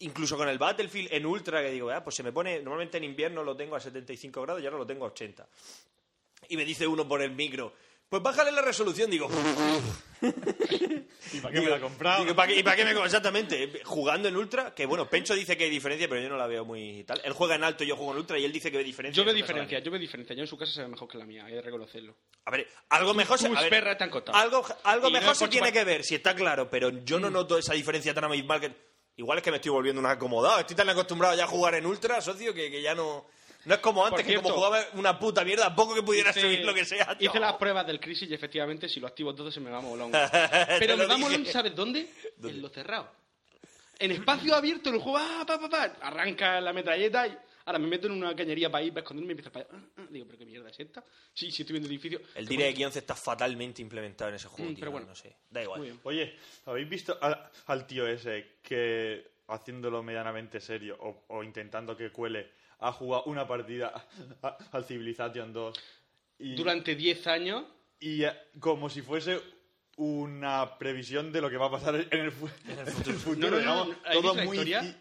B: incluso con el Battlefield en Ultra, que digo, ah, pues se me pone. Normalmente en invierno lo tengo a 75 grados y ahora lo tengo a 80. Y me dice uno por el micro, pues bájale la resolución. Digo,
G: (laughs) ¿Y para qué me la he comprado?
B: Digo, ¿para qué, ¿Y para qué me Exactamente. Jugando en Ultra, que bueno, Pencho dice que hay diferencia, pero yo no la veo muy tal. Él juega en alto, yo juego en Ultra y él dice que ve diferencia.
H: Yo veo
B: Eso me sabe
H: diferencia,
B: a mí.
H: yo veo diferencia. Yo en su casa se ve mejor que la mía, hay que reconocerlo.
B: A ver, algo mejor se.
H: tus
B: a ver,
H: perras te han cortado.
B: Algo, algo
H: Y no
B: mejor
H: es
B: se
H: por Mm.
B: tiene
H: chupar-
B: que ver, si está claro, pero yo no noto esa diferencia tan abismal que. Igual es que me estoy volviendo un acomodado. Estoy tan acostumbrado ya a jugar en Ultra, socio, que, que ya no. No es como antes, que
H: cierto,
B: como jugaba una puta mierda, a poco que pudiera
H: Hice-
B: subir lo que sea.
H: Hice
B: no. (laughs)
H: las pruebas del crisis y efectivamente si lo activo todo se me va molón. Pero
B: lo
H: me va
B: dije.
H: molón, ¿sabes dónde? En lo cerrado. En espacio abierto, en el juego, ah, pa, pa, pa, arranca la metralleta y ahora me meto en una cañería para ir para esconderme y empiezo a... ah, ah, Digo, pero qué mierda es esta. Sí, sí, estoy viendo el edificio.
B: El
H: Te pones-
B: DirectX11 está fatalmente implementado en ese juego,
H: Mm,
B: tío,
H: pero bueno.
B: no sé. Da igual.
H: Muy bien.
G: Oye, ¿habéis visto al, al tío ese que, haciéndolo medianamente serio o, o intentando que cuele, ha jugado una partida a- a- al Civilization 2? Y,
H: Durante 10 años
G: y, eh, como si fuese una previsión de lo que va a pasar en el, fu- (laughs) en el futuro.
H: No, no, no,
G: digamos,
H: no, ¿has visto
G: todo
H: la
G: muy
H: historia?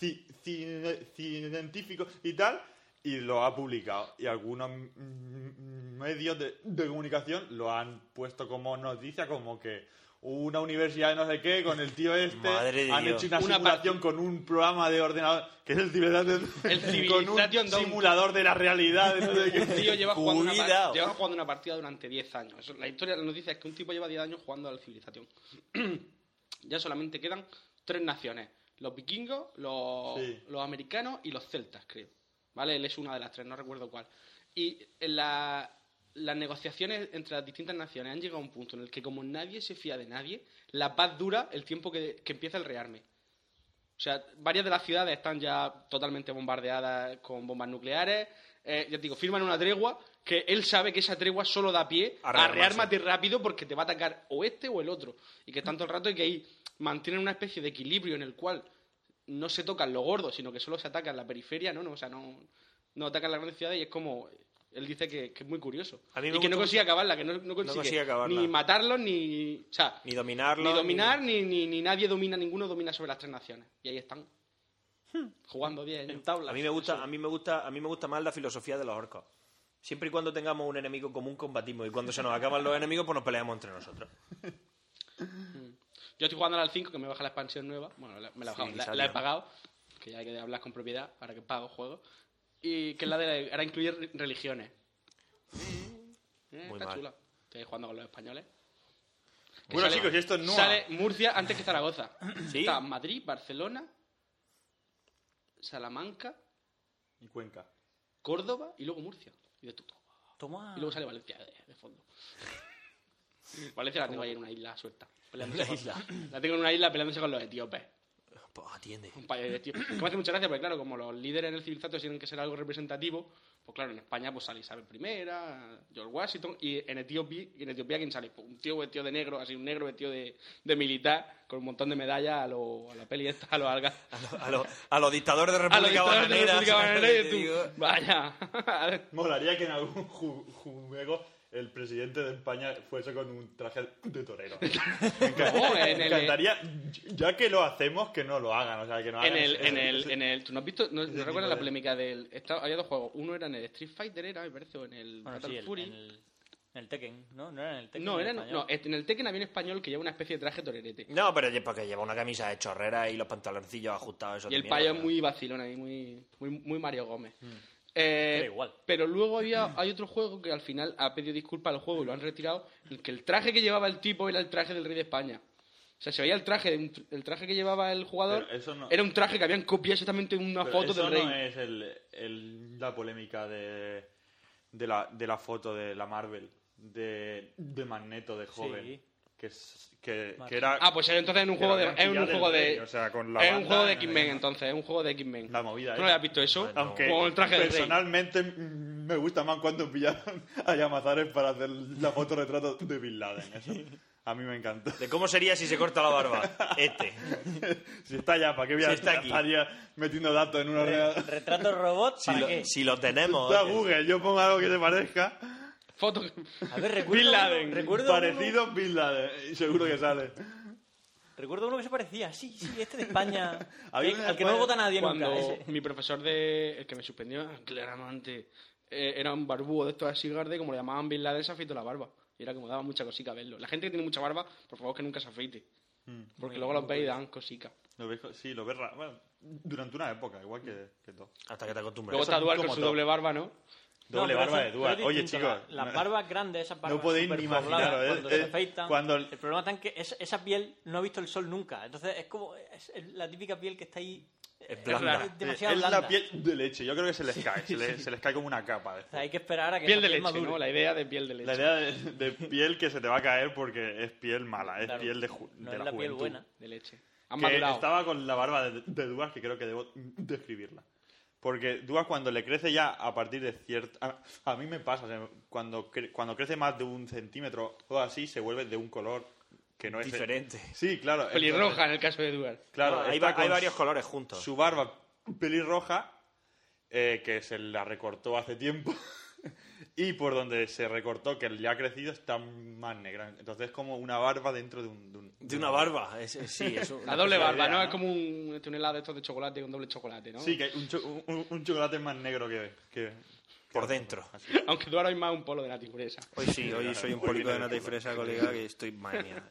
G: ci- ci- ci- científico y tal, y lo ha publicado. Y algunos mm, mm, medios de, de comunicación lo han puesto como noticia, como que una universidad de no sé qué con el tío este
B: Madre de
G: han
B: Dios.
G: hecho una,
H: Una
G: simulación con un programa de ordenador que es el Civilization,
H: El
G: (laughs) con un
H: Civilization Dawn.
G: simulador de la realidad de no sé qué.
H: Un (laughs) tío lleva jugando, una par-
B: Cuidado.
H: lleva jugando una partida durante 10 años. Eso- la historia nos dice es que un tipo lleva 10 años jugando a la civilización. (clears throat) ya solamente quedan tres naciones. Los vikingos, los,
G: Sí.
H: los americanos y los celtas, creo. ¿Vale? Él es una de las tres, no recuerdo cuál. Y en la- las negociaciones entre las distintas naciones han llegado a un punto en el que como nadie se fía de nadie, la paz dura el tiempo que, que empieza el rearme. O sea, varias de las ciudades están ya totalmente bombardeadas con bombas nucleares. Eh, ya te digo, firman una tregua que él sabe que esa tregua solo da pie
B: A
H: a,
B: rearmarse.
H: reármate rápido porque te va a atacar o este o el otro. Y que tanto el rato y que ahí mantienen una especie de equilibrio en el cual no se tocan lo gordo, sino que solo se atacan la periferia, ¿no? no o sea, no, no atacan las grandes ciudades y es como... Él dice que, que es muy curioso.
B: A mí me
H: y que no
B: gusta
H: consigue acabarla, que no, no consigue,
B: consigue acabarla.
H: ni matarlos, ni... O sea,
B: Ni dominarlo.
H: ni dominar, ni, ni, ni nadie domina, ninguno domina sobre las tres naciones. Y ahí están. Jugando bien.
F: En tablas.
B: A mí me gusta, a mí me gusta, a mí me gusta más la filosofía de los orcos. Siempre y cuando tengamos un enemigo común combatimos y cuando se nos acaban los enemigos pues nos peleamos entre nosotros.
H: Yo estoy jugando ahora al 5, que me baja la expansión nueva. Bueno, la- me la, he bajado,
B: Sí,
H: la-
B: salió.
H: la he pagado. Que ya hay que hablar con propiedad, ahora que pago juegos. Y que es la de ahora incluye re- religiones. Eh,
B: Muy
H: está
B: mal.
H: chula. Estoy jugando con los españoles. Que
G: Bueno,
H: sale-
G: chicos, y esto es nuevo.
H: Sale Murcia antes que Zaragoza.
B: Sí.
H: Está Madrid, Barcelona, Salamanca,
G: Y Cuenca.
H: Córdoba y luego Murcia. Y de todo.
F: Toma.
H: Y luego sale Valencia de,
B: (laughs)
H: de fondo. Valencia la tengo ahí en una isla suelta. peleándose con- La tengo en una isla peleándose con los etíopes.
B: Pues atiende.
H: Un país de etíopes. Que me hace mucha gracia porque, claro, como los líderes en el civilizato tienen que ser algo representativo, pues claro, en España pues sale Isabel I, George Washington, y en Etiopía, en Etiopía ¿quién sale? Pues un tío vestido de negro, así un negro vestido de, de militar, con un montón de medallas a, lo- a la peli esta, a los algas.
B: A los a lo, a los dictadores de
H: A los
B: República
H: dictadores de
B: Bananera. (laughs) ¿sabes
H: República
B: lo que
H: Bananera y
B: te digo?
H: tú, Vaya. (laughs)
G: Molaría que en algún (laughs) ju- juego el presidente de España fuese con un traje de torero.
H: (laughs)
G: Me encan-
H: No, en
G: me
H: el-
G: encantaría, ya que lo hacemos, que no lo hagan. O sea, que no
H: en
G: hagan
H: el,
G: ese-
H: en el,
G: ese-
H: en el, ¿tú no has visto? ¿No, no
G: tipo
H: recuerdas la
G: de-
H: polémica del? esta- había dos juegos. Uno era en el Street Fighter, era me parece, o en el
F: Bueno,
H: Fatal
F: sí, el-
H: Fury.
F: en, el, en el Tekken, ¿no? No era en el Tekken.
H: no, era en,
F: español.
H: no, en el Tekken había un español que lleva una especie de traje torerete.
B: No, pero es porque lleva una camisa de chorrera y los pantaloncillos ajustados. esos
H: Y
B: de
H: el
B: mierda,
H: payo es
B: ¿no?
H: muy vacilón ahí, muy, muy, muy Mario Gómez. Eh,
F: Pero Mm. igual.
H: Pero
F: (clears throat)
H: luego había, hay otro juego que al final ha pedido disculpas al juego y lo han retirado, en el que el traje que llevaba el tipo era el traje del rey de España. O sea, se veía el traje, de un tr- el traje que llevaba el jugador
G: Pero eso no-
H: era un traje que habían copiado exactamente una
G: Pero
H: foto
G: eso
H: del rey.
G: no es el- el- la polémica de, de, la, de la foto de la Marvel, de, de Magneto de joven.
F: Sí.
G: Que, es- que,
F: Vale.
G: que era...
H: Ah, pues entonces es un
G: que
H: juego
G: la
H: de.
G: habían
H: Es un
G: pillado del
H: juego
G: rey,
H: de.
G: o sea, con la
H: es un
G: banda
H: juego de
G: en el-
H: X-Men, entonces, es un juego de X-Men.
G: La
H: ¿Tú
G: movida esa.
H: ¿No habías visto eso? (laughs)
G: Aunque
H: Con el traje del rey.
G: personalmente mm, me gusta más cuando pillaron a Yamazares para hacer la fotorretrato de Bin Laden. Eso. A mí me encanta.
B: De cómo sería si se corta la
H: (laughs)
B: barba. Este.
G: (laughs) si está ya, ¿para qué voy a
B: Si está aquí.
G: estaría metiendo datos en una ordenador?
F: ¿Retrato
B: (laughs)
F: robot?
B: Si
F: ¿Para
B: lo,
F: qué?
B: si lo tenemos. este.
G: Está
B: oye.
G: Google, yo pongo algo que te parezca.
H: Foto.
F: A ver, recuerdo
G: Bin
F: uno-
G: Laden.
F: recuerdo
G: Parecido Bin Laden. y Seguro que sale.
F: uno- recuerdo uno que se parecía. Sí, sí, este de España.
G: Había
F: que-
G: uno de
F: al que no
G: España
F: vota nadie
H: Cuando
F: nunca. ese.
H: mi profesor de. El que me suspendió claramente. eh, era un barbudo de estos así garde, como le llamaban Bin Laden, se afeitó la barba. Y era como daba mucha cosica verlo. La gente que tiene mucha barba, por favor que nunca se afeite.
G: Mm.
H: Porque luego los veis y dan cosica.
G: Lo ves co- sí, lo ves ra- bueno, durante una época, igual que, que todo.
B: Hasta que te acostumbres.
H: Luego está Dual con
G: como
H: su
G: todo.
H: doble barba, ¿no?
F: No,
G: Doble
F: pero
G: barba
F: son-
G: de
F: pero
G: Dual.
F: es
G: Oye,
F: distinto,
G: chicos.
F: la- las
G: no-
F: barbas grandes, esas barbas
G: podéis ni
F: superpobladas,
G: imaginaros, ¿eh?
F: cuando se
G: Eh,
F: afeitan,
G: cuando el-
F: el... problema está en que es- esa piel no ha visto el sol nunca. Entonces es como es la típica piel que está ahí...
B: Es blanda.
F: es demasiado
G: es
F: blanda.
G: la piel de leche. Yo creo que se les cae.
F: (laughs)
G: se, les, se les cae como una capa.
F: O
G: después.
F: sea, hay que esperar a que
H: Piel
F: esa
H: de leche,
F: madure.
H: ¿no? La idea de piel de leche.
G: La idea de, de piel que se te va a caer porque es piel mala. Es
F: Claro,
G: piel de, ju-
F: no
G: de
F: es la
G: la,
F: piel
G: juventud.
F: buena.
H: De leche. Han
G: Que
H: madurado.
G: estaba con la barba de, de Duarte, que creo que debo describirla. Porque Duarte cuando le crece ya a partir de cierta... A, a mí me pasa, o sea, cuando, cre- cuando crece más de un centímetro o así, se vuelve de un color que no es...
B: Diferente.
G: Sí, claro.
H: Pelirroja en el caso de Dual.
G: entonces, claro,
B: No, hay,
G: está
B: va- hay
G: con
B: varios colores juntos.
G: Su barba pelirroja, eh, que se la recortó hace tiempo. (laughs) y por donde se recortó, que le ha crecido, está más negra. Entonces es como una barba dentro de un...
B: De una barba. Es- es- sí, es un-
H: La doble barba,
G: idea,
H: ¿no?
G: ¿no?
H: Es como un, este, un helado de estos de chocolate con doble chocolate, ¿no?
G: Sí, que un, cho- un- un- un chocolate más negro que... que-
B: Por
G: que-
B: dentro.
G: así.
H: Aunque tú ahora mismo es un polo de naturaleza.
B: Hoy sí, hoy soy un
G: Hoy
B: pólico
G: viene
B: de nata y
G: el-
B: fresa, colega, que estoy madre mía.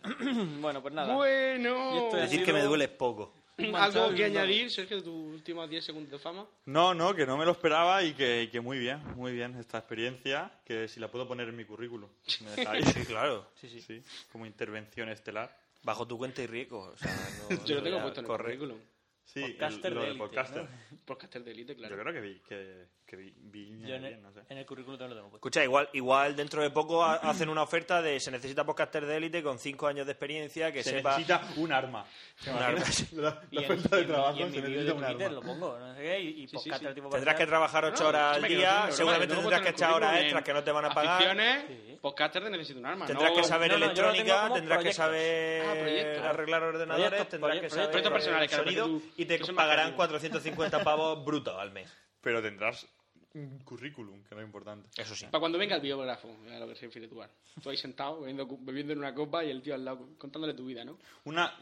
F: Bueno, pues nada. Yo
H: Bueno,
F: estoy
B: Decir que me duele es poco.
H: algo que añadir, Sergio, de tus últimos 10 segundos de fama.
G: No, no, que no me lo esperaba y que, que muy bien, muy bien esta experiencia, que si la puedo poner en mi currículum. ¿Me dejáis?
B: Sí, claro.
G: sí, sí. Como intervención estelar.
B: Bajo tu cuenta y riesgo. O sea, no-
H: Yo lo
B: no
H: tengo
B: Pues ya,
H: puesto en el
B: corre.
H: currículum.
G: Sí, el-
F: Podcaster
G: lo
F: de
G: del
F: élite,
G: podcaster.
H: Podcaster de élite, claro.
G: Yo creo que vi, que, que vi, vi
F: Yo en el,
G: bien, no sé.
F: en el currículum también lo tengo puesto.
B: Escucha, igual, igual dentro de poco ha- hacen una oferta de se necesita podcaster de élite con 5 años de experiencia que
G: Se
B: sepa...
G: necesita un arma.
B: Un arma.
G: (laughs) La,
F: Y
G: la
F: en-
G: oferta de
F: y en-
G: trabajo
F: y en
G: se
F: mi
G: necesita
F: vídeo
G: un
F: de Twitter lo
G: arma.
F: pongo, no sé qué, y, y
H: sí,
F: podcast
H: sí.
F: el tipo
B: Tendrás que
F: podcast.
B: trabajar 8
H: No,
B: horas
H: se me
B: al
H: quedó sin
B: día,
H: broma,
B: seguramente
H: yo lo
B: tendrás
H: pongo
B: que
H: en el
B: echar horas
H: currículum
B: extras
H: en
B: que no te van a pagar,
H: Aficiones, pues
F: Sí.
H: podcaster de Necesito un Arma.
B: tendrás
H: no-
B: que saber
F: no, no, yo lo tengo
B: electrónica,
F: como
B: tendrás que
F: proyectos.
B: saber
H: Ah, proyectos.
B: arreglar ordenadores,
F: Proyectos,
B: tendrás
F: proyectos,
B: que saber
F: proyectos
H: personales, claro,
B: sonido
H: porque tú-
B: y te
H: tú eres más
B: pagarán
H: creativo.
B: 450 pavos brutos al mes.
G: Pero tendrás un currículum, que no es importante.
B: Eso sí.
H: Para cuando venga el biógrafo, a lo que se refiere tú ahora. Tú ahí sentado, bebiendo, bebiendo en una copa y el tío al lado contándole tu vida, ¿no?
G: Una...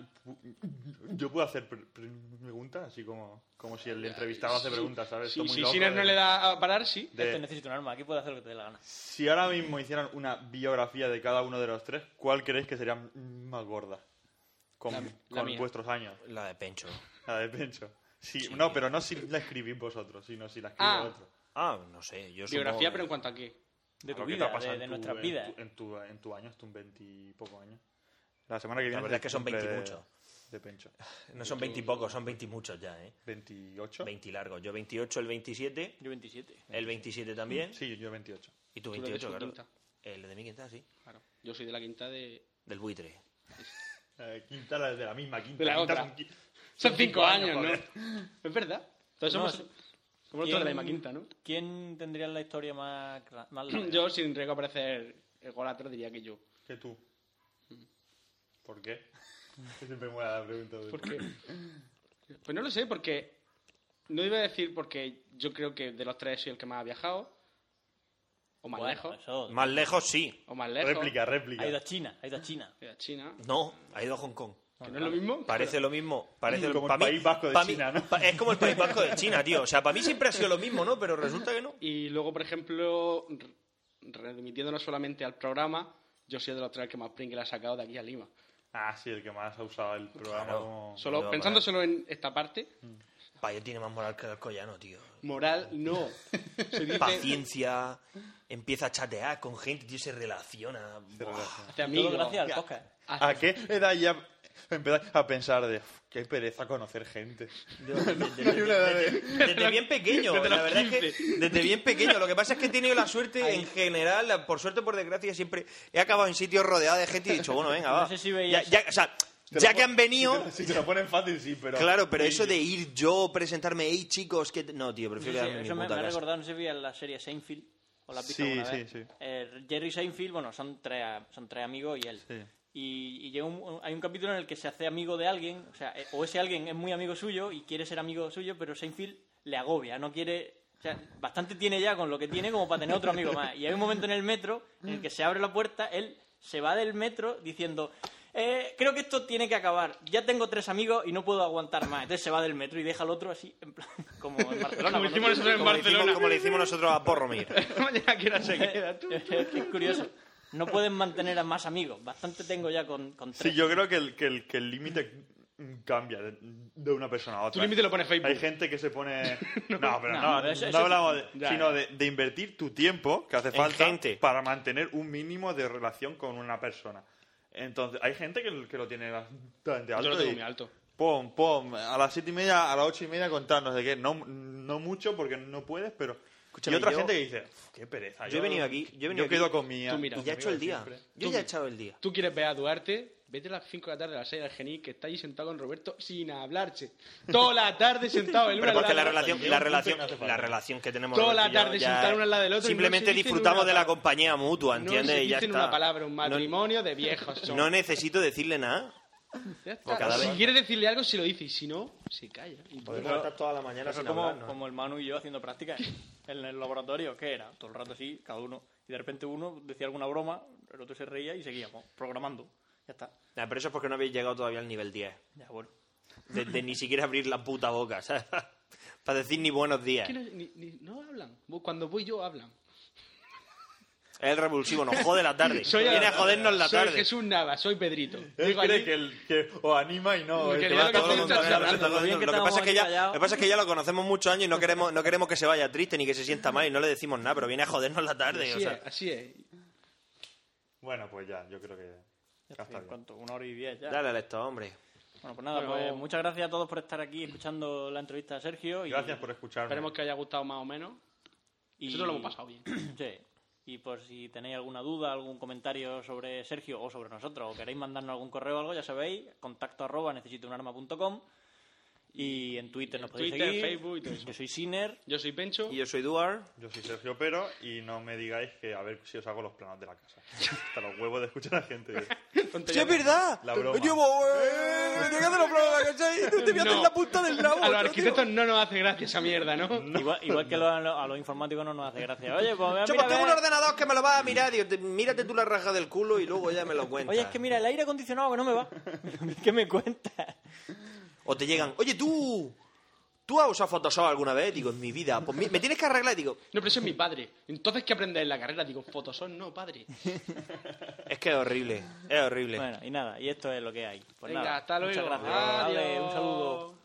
G: Yo puedo hacer pre- pre- preguntas, así como, como si el entrevistado hace preguntas, ¿sabes?
H: Si
G: Esto muy
H: si
G: loco ¿eh?
H: Sinner no
B: eh.
G: de-
H: le da a parar, sí.
G: de-
F: Esto necesito un arma, aquí puedo hacer lo que te dé la gana.
G: Si ahora mismo hicieran una biografía de cada uno de los tres, ¿cuál creéis que sería más gorda? Con,
H: La- la
G: con
H: mía.
G: vuestros años.
B: La de Pencho.
G: La de Pencho. Sí, No, pero no si la escribís vosotros, sino si la escribe
H: Ah.
G: otro.
B: Ah, no sé, yo supongo
H: Biografía,
B: que-
H: pero en cuanto a qué.
F: De tu
G: Claro, ¿qué te ha
F: vida,
G: pasado
F: de,
G: en
F: de
G: tu-
F: nuestras
G: en
F: vidas.
G: tu- En tu, en tu año, es tu veintipoco años. La semana que viene.
B: verdad
G: el
B: es que son
G: cumple
B: 20 y
G: de-
B: mucho.
G: De Pencho.
B: No son 20 y pocos, son 20 y muchos ya, ¿eh?
G: 28.
B: 20 largos. Yo 28, el 27,
F: Yo 27.
B: el 27 también.
G: Sí, yo 28.
B: Y tú
H: Tú eres de
B: 28,
H: tu
B: claro.
H: quinta.
B: El de mi quinta, sí.
H: Claro. Yo soy de la quinta de.
B: Del buitre.
G: La de quinta, la de la misma quinta.
H: De la
G: quinta
H: otra.
G: son qui-
H: Son cinco años, ¿no?
G: joder.
H: (laughs) Es verdad. Entonces
F: No,
H: somos.
F: sí.
H: Somos todos de la misma quinta, ¿no?
F: ¿Quién tendría la historia más, cla- más larga?
H: (clears throat) Yo, sin riesgo a parecer ególatra, diría que yo.
G: Que tú. ¿Por qué? (laughs) Que Siempre me voy a dar preguntas. de-
H: ¿Por qué? Pues no lo sé, porque. No iba a decir porque yo creo que de los tres soy el que más ha viajado. O más
F: Bueno,
H: lejos.
F: eso.
B: Más lejos, sí.
H: O más lejos.
G: (coughs) Réplica,
F: Ha ido
G: réplica.
F: a China, ha ido a China.
H: de China.
B: No, ha ido a Hong Kong.
H: Que no es lo mismo.
B: Parece lo mismo. Parece
G: Como el
B: pa' mí-
G: País Vasco de
B: pa' mí-
G: China, ¿no?
B: pa- es como el País Vasco de China, tío. O sea, para mí siempre ha sido lo mismo, ¿no? Pero resulta que no.
H: Y luego, por ejemplo, re- remitiéndonos solamente al programa, yo soy de los tres que más Pringle ha sacado de aquí a Lima.
G: Ah, sí, el que más ha usado el programa
B: Claro.
G: como-
H: Solo,
B: no,
H: pensando
B: vale.
H: solo en esta parte,
B: Payo tiene más moral que el Alcoyano, tío.
H: moral no. Se dice,
B: Paciencia, empieza a chatear con gente, tío, se relaciona. Buah.
H: hazte
F: Todo
H: amigo.
F: gracias al podcast.
H: Ah,
G: ¿A qué edad ya empezar a pensar de "Uf, qué pereza conocer gente? (laughs) No hay una edad de-
B: Desde bien pequeño,
H: Desde
B: la
H: los
B: verdad es que desde bien pequeño. Lo que pasa es que he tenido la suerte en general, la- por suerte por desgracia, siempre he acabado en sitios rodeados de gente y he dicho, bueno, venga, va.
F: No sé si veías-
B: Ya, ya- o sea,
G: Te
B: ya
G: lo
B: que
G: pon-
B: han venido,
G: Si te, (laughs) si te lo ponen fácil, sí,
B: (laughs)
G: pero.
B: claro, pero eso de ir yo, presentarme, hey chicos, que. No, tío,
F: Sí, sí,
B: prefiero quedarme en mi
F: eso me, me
B: puta
F: ha
B: casa.
F: recordado, no sé si veías la serie Seinfeld. ¿O la has visto
G: Sí,
F: alguna
G: sí,
F: vez?
G: sí.
F: Eh, Jerry Seinfeld, bueno, son tres, son tres amigos y él.
G: Sí.
F: Y, y llega un- un- hay un capítulo en el que se hace amigo de alguien, o sea, eh, o ese alguien es muy amigo suyo y quiere ser amigo suyo, pero Seinfeld le agobia, no quiere... O sea, bastante tiene ya con lo que tiene como para tener otro amigo más. Y hay un momento en el metro en el que se abre la puerta, él se va del metro diciendo... "Eh, creo que esto tiene que acabar. Ya tengo tres amigos y no puedo aguantar más. Entonces se va del metro y deja al otro así, en plan, (laughs) como en Barcelona.
H: Como
F: cuando-
H: hicimos nosotros en
B: Como le, hicimos, (laughs)
H: Barcelona.
B: como le hicimos nosotros a Boromir.
H: Mañana que no se queda.
F: (laughs)
H: tú.
F: es que es curioso. No pueden mantener a más amigos. Bastante tengo ya con, con
G: Sí,
F: tres.
G: yo creo que el que el que el límite cambia de, de una persona a otra.
H: Tu límite lo pone Facebook.
G: Hay gente que
H: (laughs)
G: se pone. No, pero
F: no,
G: no,
F: pero eso-
G: no
F: eso-
G: hablamos de-
H: Ya, ya.
G: sino de, de invertir tu tiempo que hace
B: En
G: falta
B: gente.
G: para mantener un mínimo de relación con una persona. Entonces, hay gente que, que lo tiene bastante
H: Yo
G: alto.
H: lo tengo
G: y-
H: muy alto.
G: Pom, pom, a las siete y media, a las ocho y media contarnos de qué. No, no mucho porque no puedes, pero.
B: Escúchame,
G: y otra
B: yo-
G: gente que dice, "Uf, qué pereza.
B: Yo he venido aquí- yo he venido aquí-
G: quedo con mi.
H: Tú mira.
B: Y ya he hecho el día.
G: Siempre.
B: Yo ya he echado el día.
H: Tú quieres ver a Duarte, vete a las 5 de la tarde a las 6 al Genic, que está ahí sentado con Roberto sin hablarse. Toda la tarde sentado el uno
B: Pero
H: al
B: porque la
H: lado del otro.
B: relación, la relación, la relación que tenemos
H: Toda la
B: Roberto y yo
H: tarde
B: ya
H: sentar uno al lado del otro y no
B: Simplemente
H: se dicen
B: disfrutamos
H: una
B: de la
H: palabra.
B: compañía mutua,
H: No
B: ¿entiendes?
H: se
B: y ya
H: dicen
B: está.
H: una palabra, un
B: No-
H: matrimonio de viejos. son.
B: no necesito decirle nada.
H: Ya está.
B: Pues cada
H: si
B: vez-
H: quiere decirle algo, se lo dice y si no, se calla. Y
B: Podemos estar toda la mañana
F: Eso
B: sin
F: como,
B: hablarnos.
F: como el Manu y yo haciendo prácticas en el laboratorio, que era todo el rato así, cada uno. Y de repente uno decía alguna broma, el otro se reía y seguíamos programando. Ya está.
B: Nah, pero eso es porque no habéis llegado todavía al nivel 10.
F: Ya, bueno.
B: De, de ni siquiera abrir la puta boca, ¿sabes? (laughs) Para decir ni buenos días.
H: ¿Qué no, ni- ni- no hablan. Vos- Cuando voy yo, hablan.
B: Es el revulsivo, nos jode la
F: (laughs)
B: tarde.
H: Soy-
B: Viene a jodernos la
H: soy
B: tarde.
H: Jesús Nava, soy Pedrito.
G: Él
H: Llego
G: cree
H: allí-
G: que, el, que o anima y no.
H: Que
G: el que
H: yo
G: va
H: lo que
G: todo
H: estoy
G: lo contrario.
H: tratando-
B: Lo
F: bien
B: que
F: que
B: pasa
F: estamos
B: es que ya,
F: aquí callados.
B: lo que pasa es que ya lo conocemos muchos años y no queremos, no queremos que se vaya triste ni que se sienta mal y no le decimos nada, pero viene a jodernos la tarde. o
H: Así
B: sea.
H: es, así es.
G: Bueno, pues ya, yo creo que. Ya está
F: En
G: bien.
F: cuanto una hora y diez ya.
B: Dale al esto, hombre.
F: Bueno, pues nada,
H: Bueno,
F: pues
H: vamos.
F: muchas gracias a todos por estar aquí escuchando la entrevista a Sergio. Y,
G: Gracias por escucharme.
H: Esperemos que haya gustado más o menos.
F: y-
H: Nosotros lo hemos pasado bien.
F: (clears throat) Sí. Y por si tenéis alguna duda, algún comentario sobre Sergio o sobre nosotros, o queréis mandarnos algún correo o algo, ya sabéis, contacto arroba necesitounarma.com y en Twitter nos podéis
H: Twitter,
F: seguir.
H: Facebook y todo eso.
F: Yo soy Siner.
H: Yo soy Pencho.
B: Y yo soy Duar.
G: Yo soy Sergio Pero y no me digáis que a ver si os hago los planos de la
B: (laughs)
G: casa. Hasta los huevos de escuchar a gente.
H: Tontería.
B: verdad!
G: La broma.
B: me llegan de los problemas, ¿cachai? Te voy a hacer
H: No.
B: la punta del nabo.
H: A los
B: tío.
H: arquitectos no nos hace gracia esa mierda, ¿no?
F: (laughs) Igual, igual que lo- a los, informáticos no nos hace gracia. Oye, pues mira,
B: Yo
F: mira,
B: pues tengo
F: ve-
B: un ordenador que me lo vas a mirar, tío. Te- Mírate tú la raja del culo y luego ya me lo cuentas.
F: Oye, es que mira, el aire acondicionado que no me va. (laughs) ¿Qué me cuentas?
B: O te llegan, oye, tú, ¿tú has usado Photoshop alguna vez? Digo, en mi vida. Pues mi- me tienes que arreglar. Digo,
H: No, pero eso es mi padre. Entonces, ¿qué aprendes en la carrera? Digo, Photoshop, no, padre.
B: es que es horrible, es horrible.
F: Bueno, y nada, y esto es lo que hay. Pues
H: Venga,
F: nada,
H: hasta luego.
F: Muchas gracias. Vale,
H: Adiós.
F: un saludo.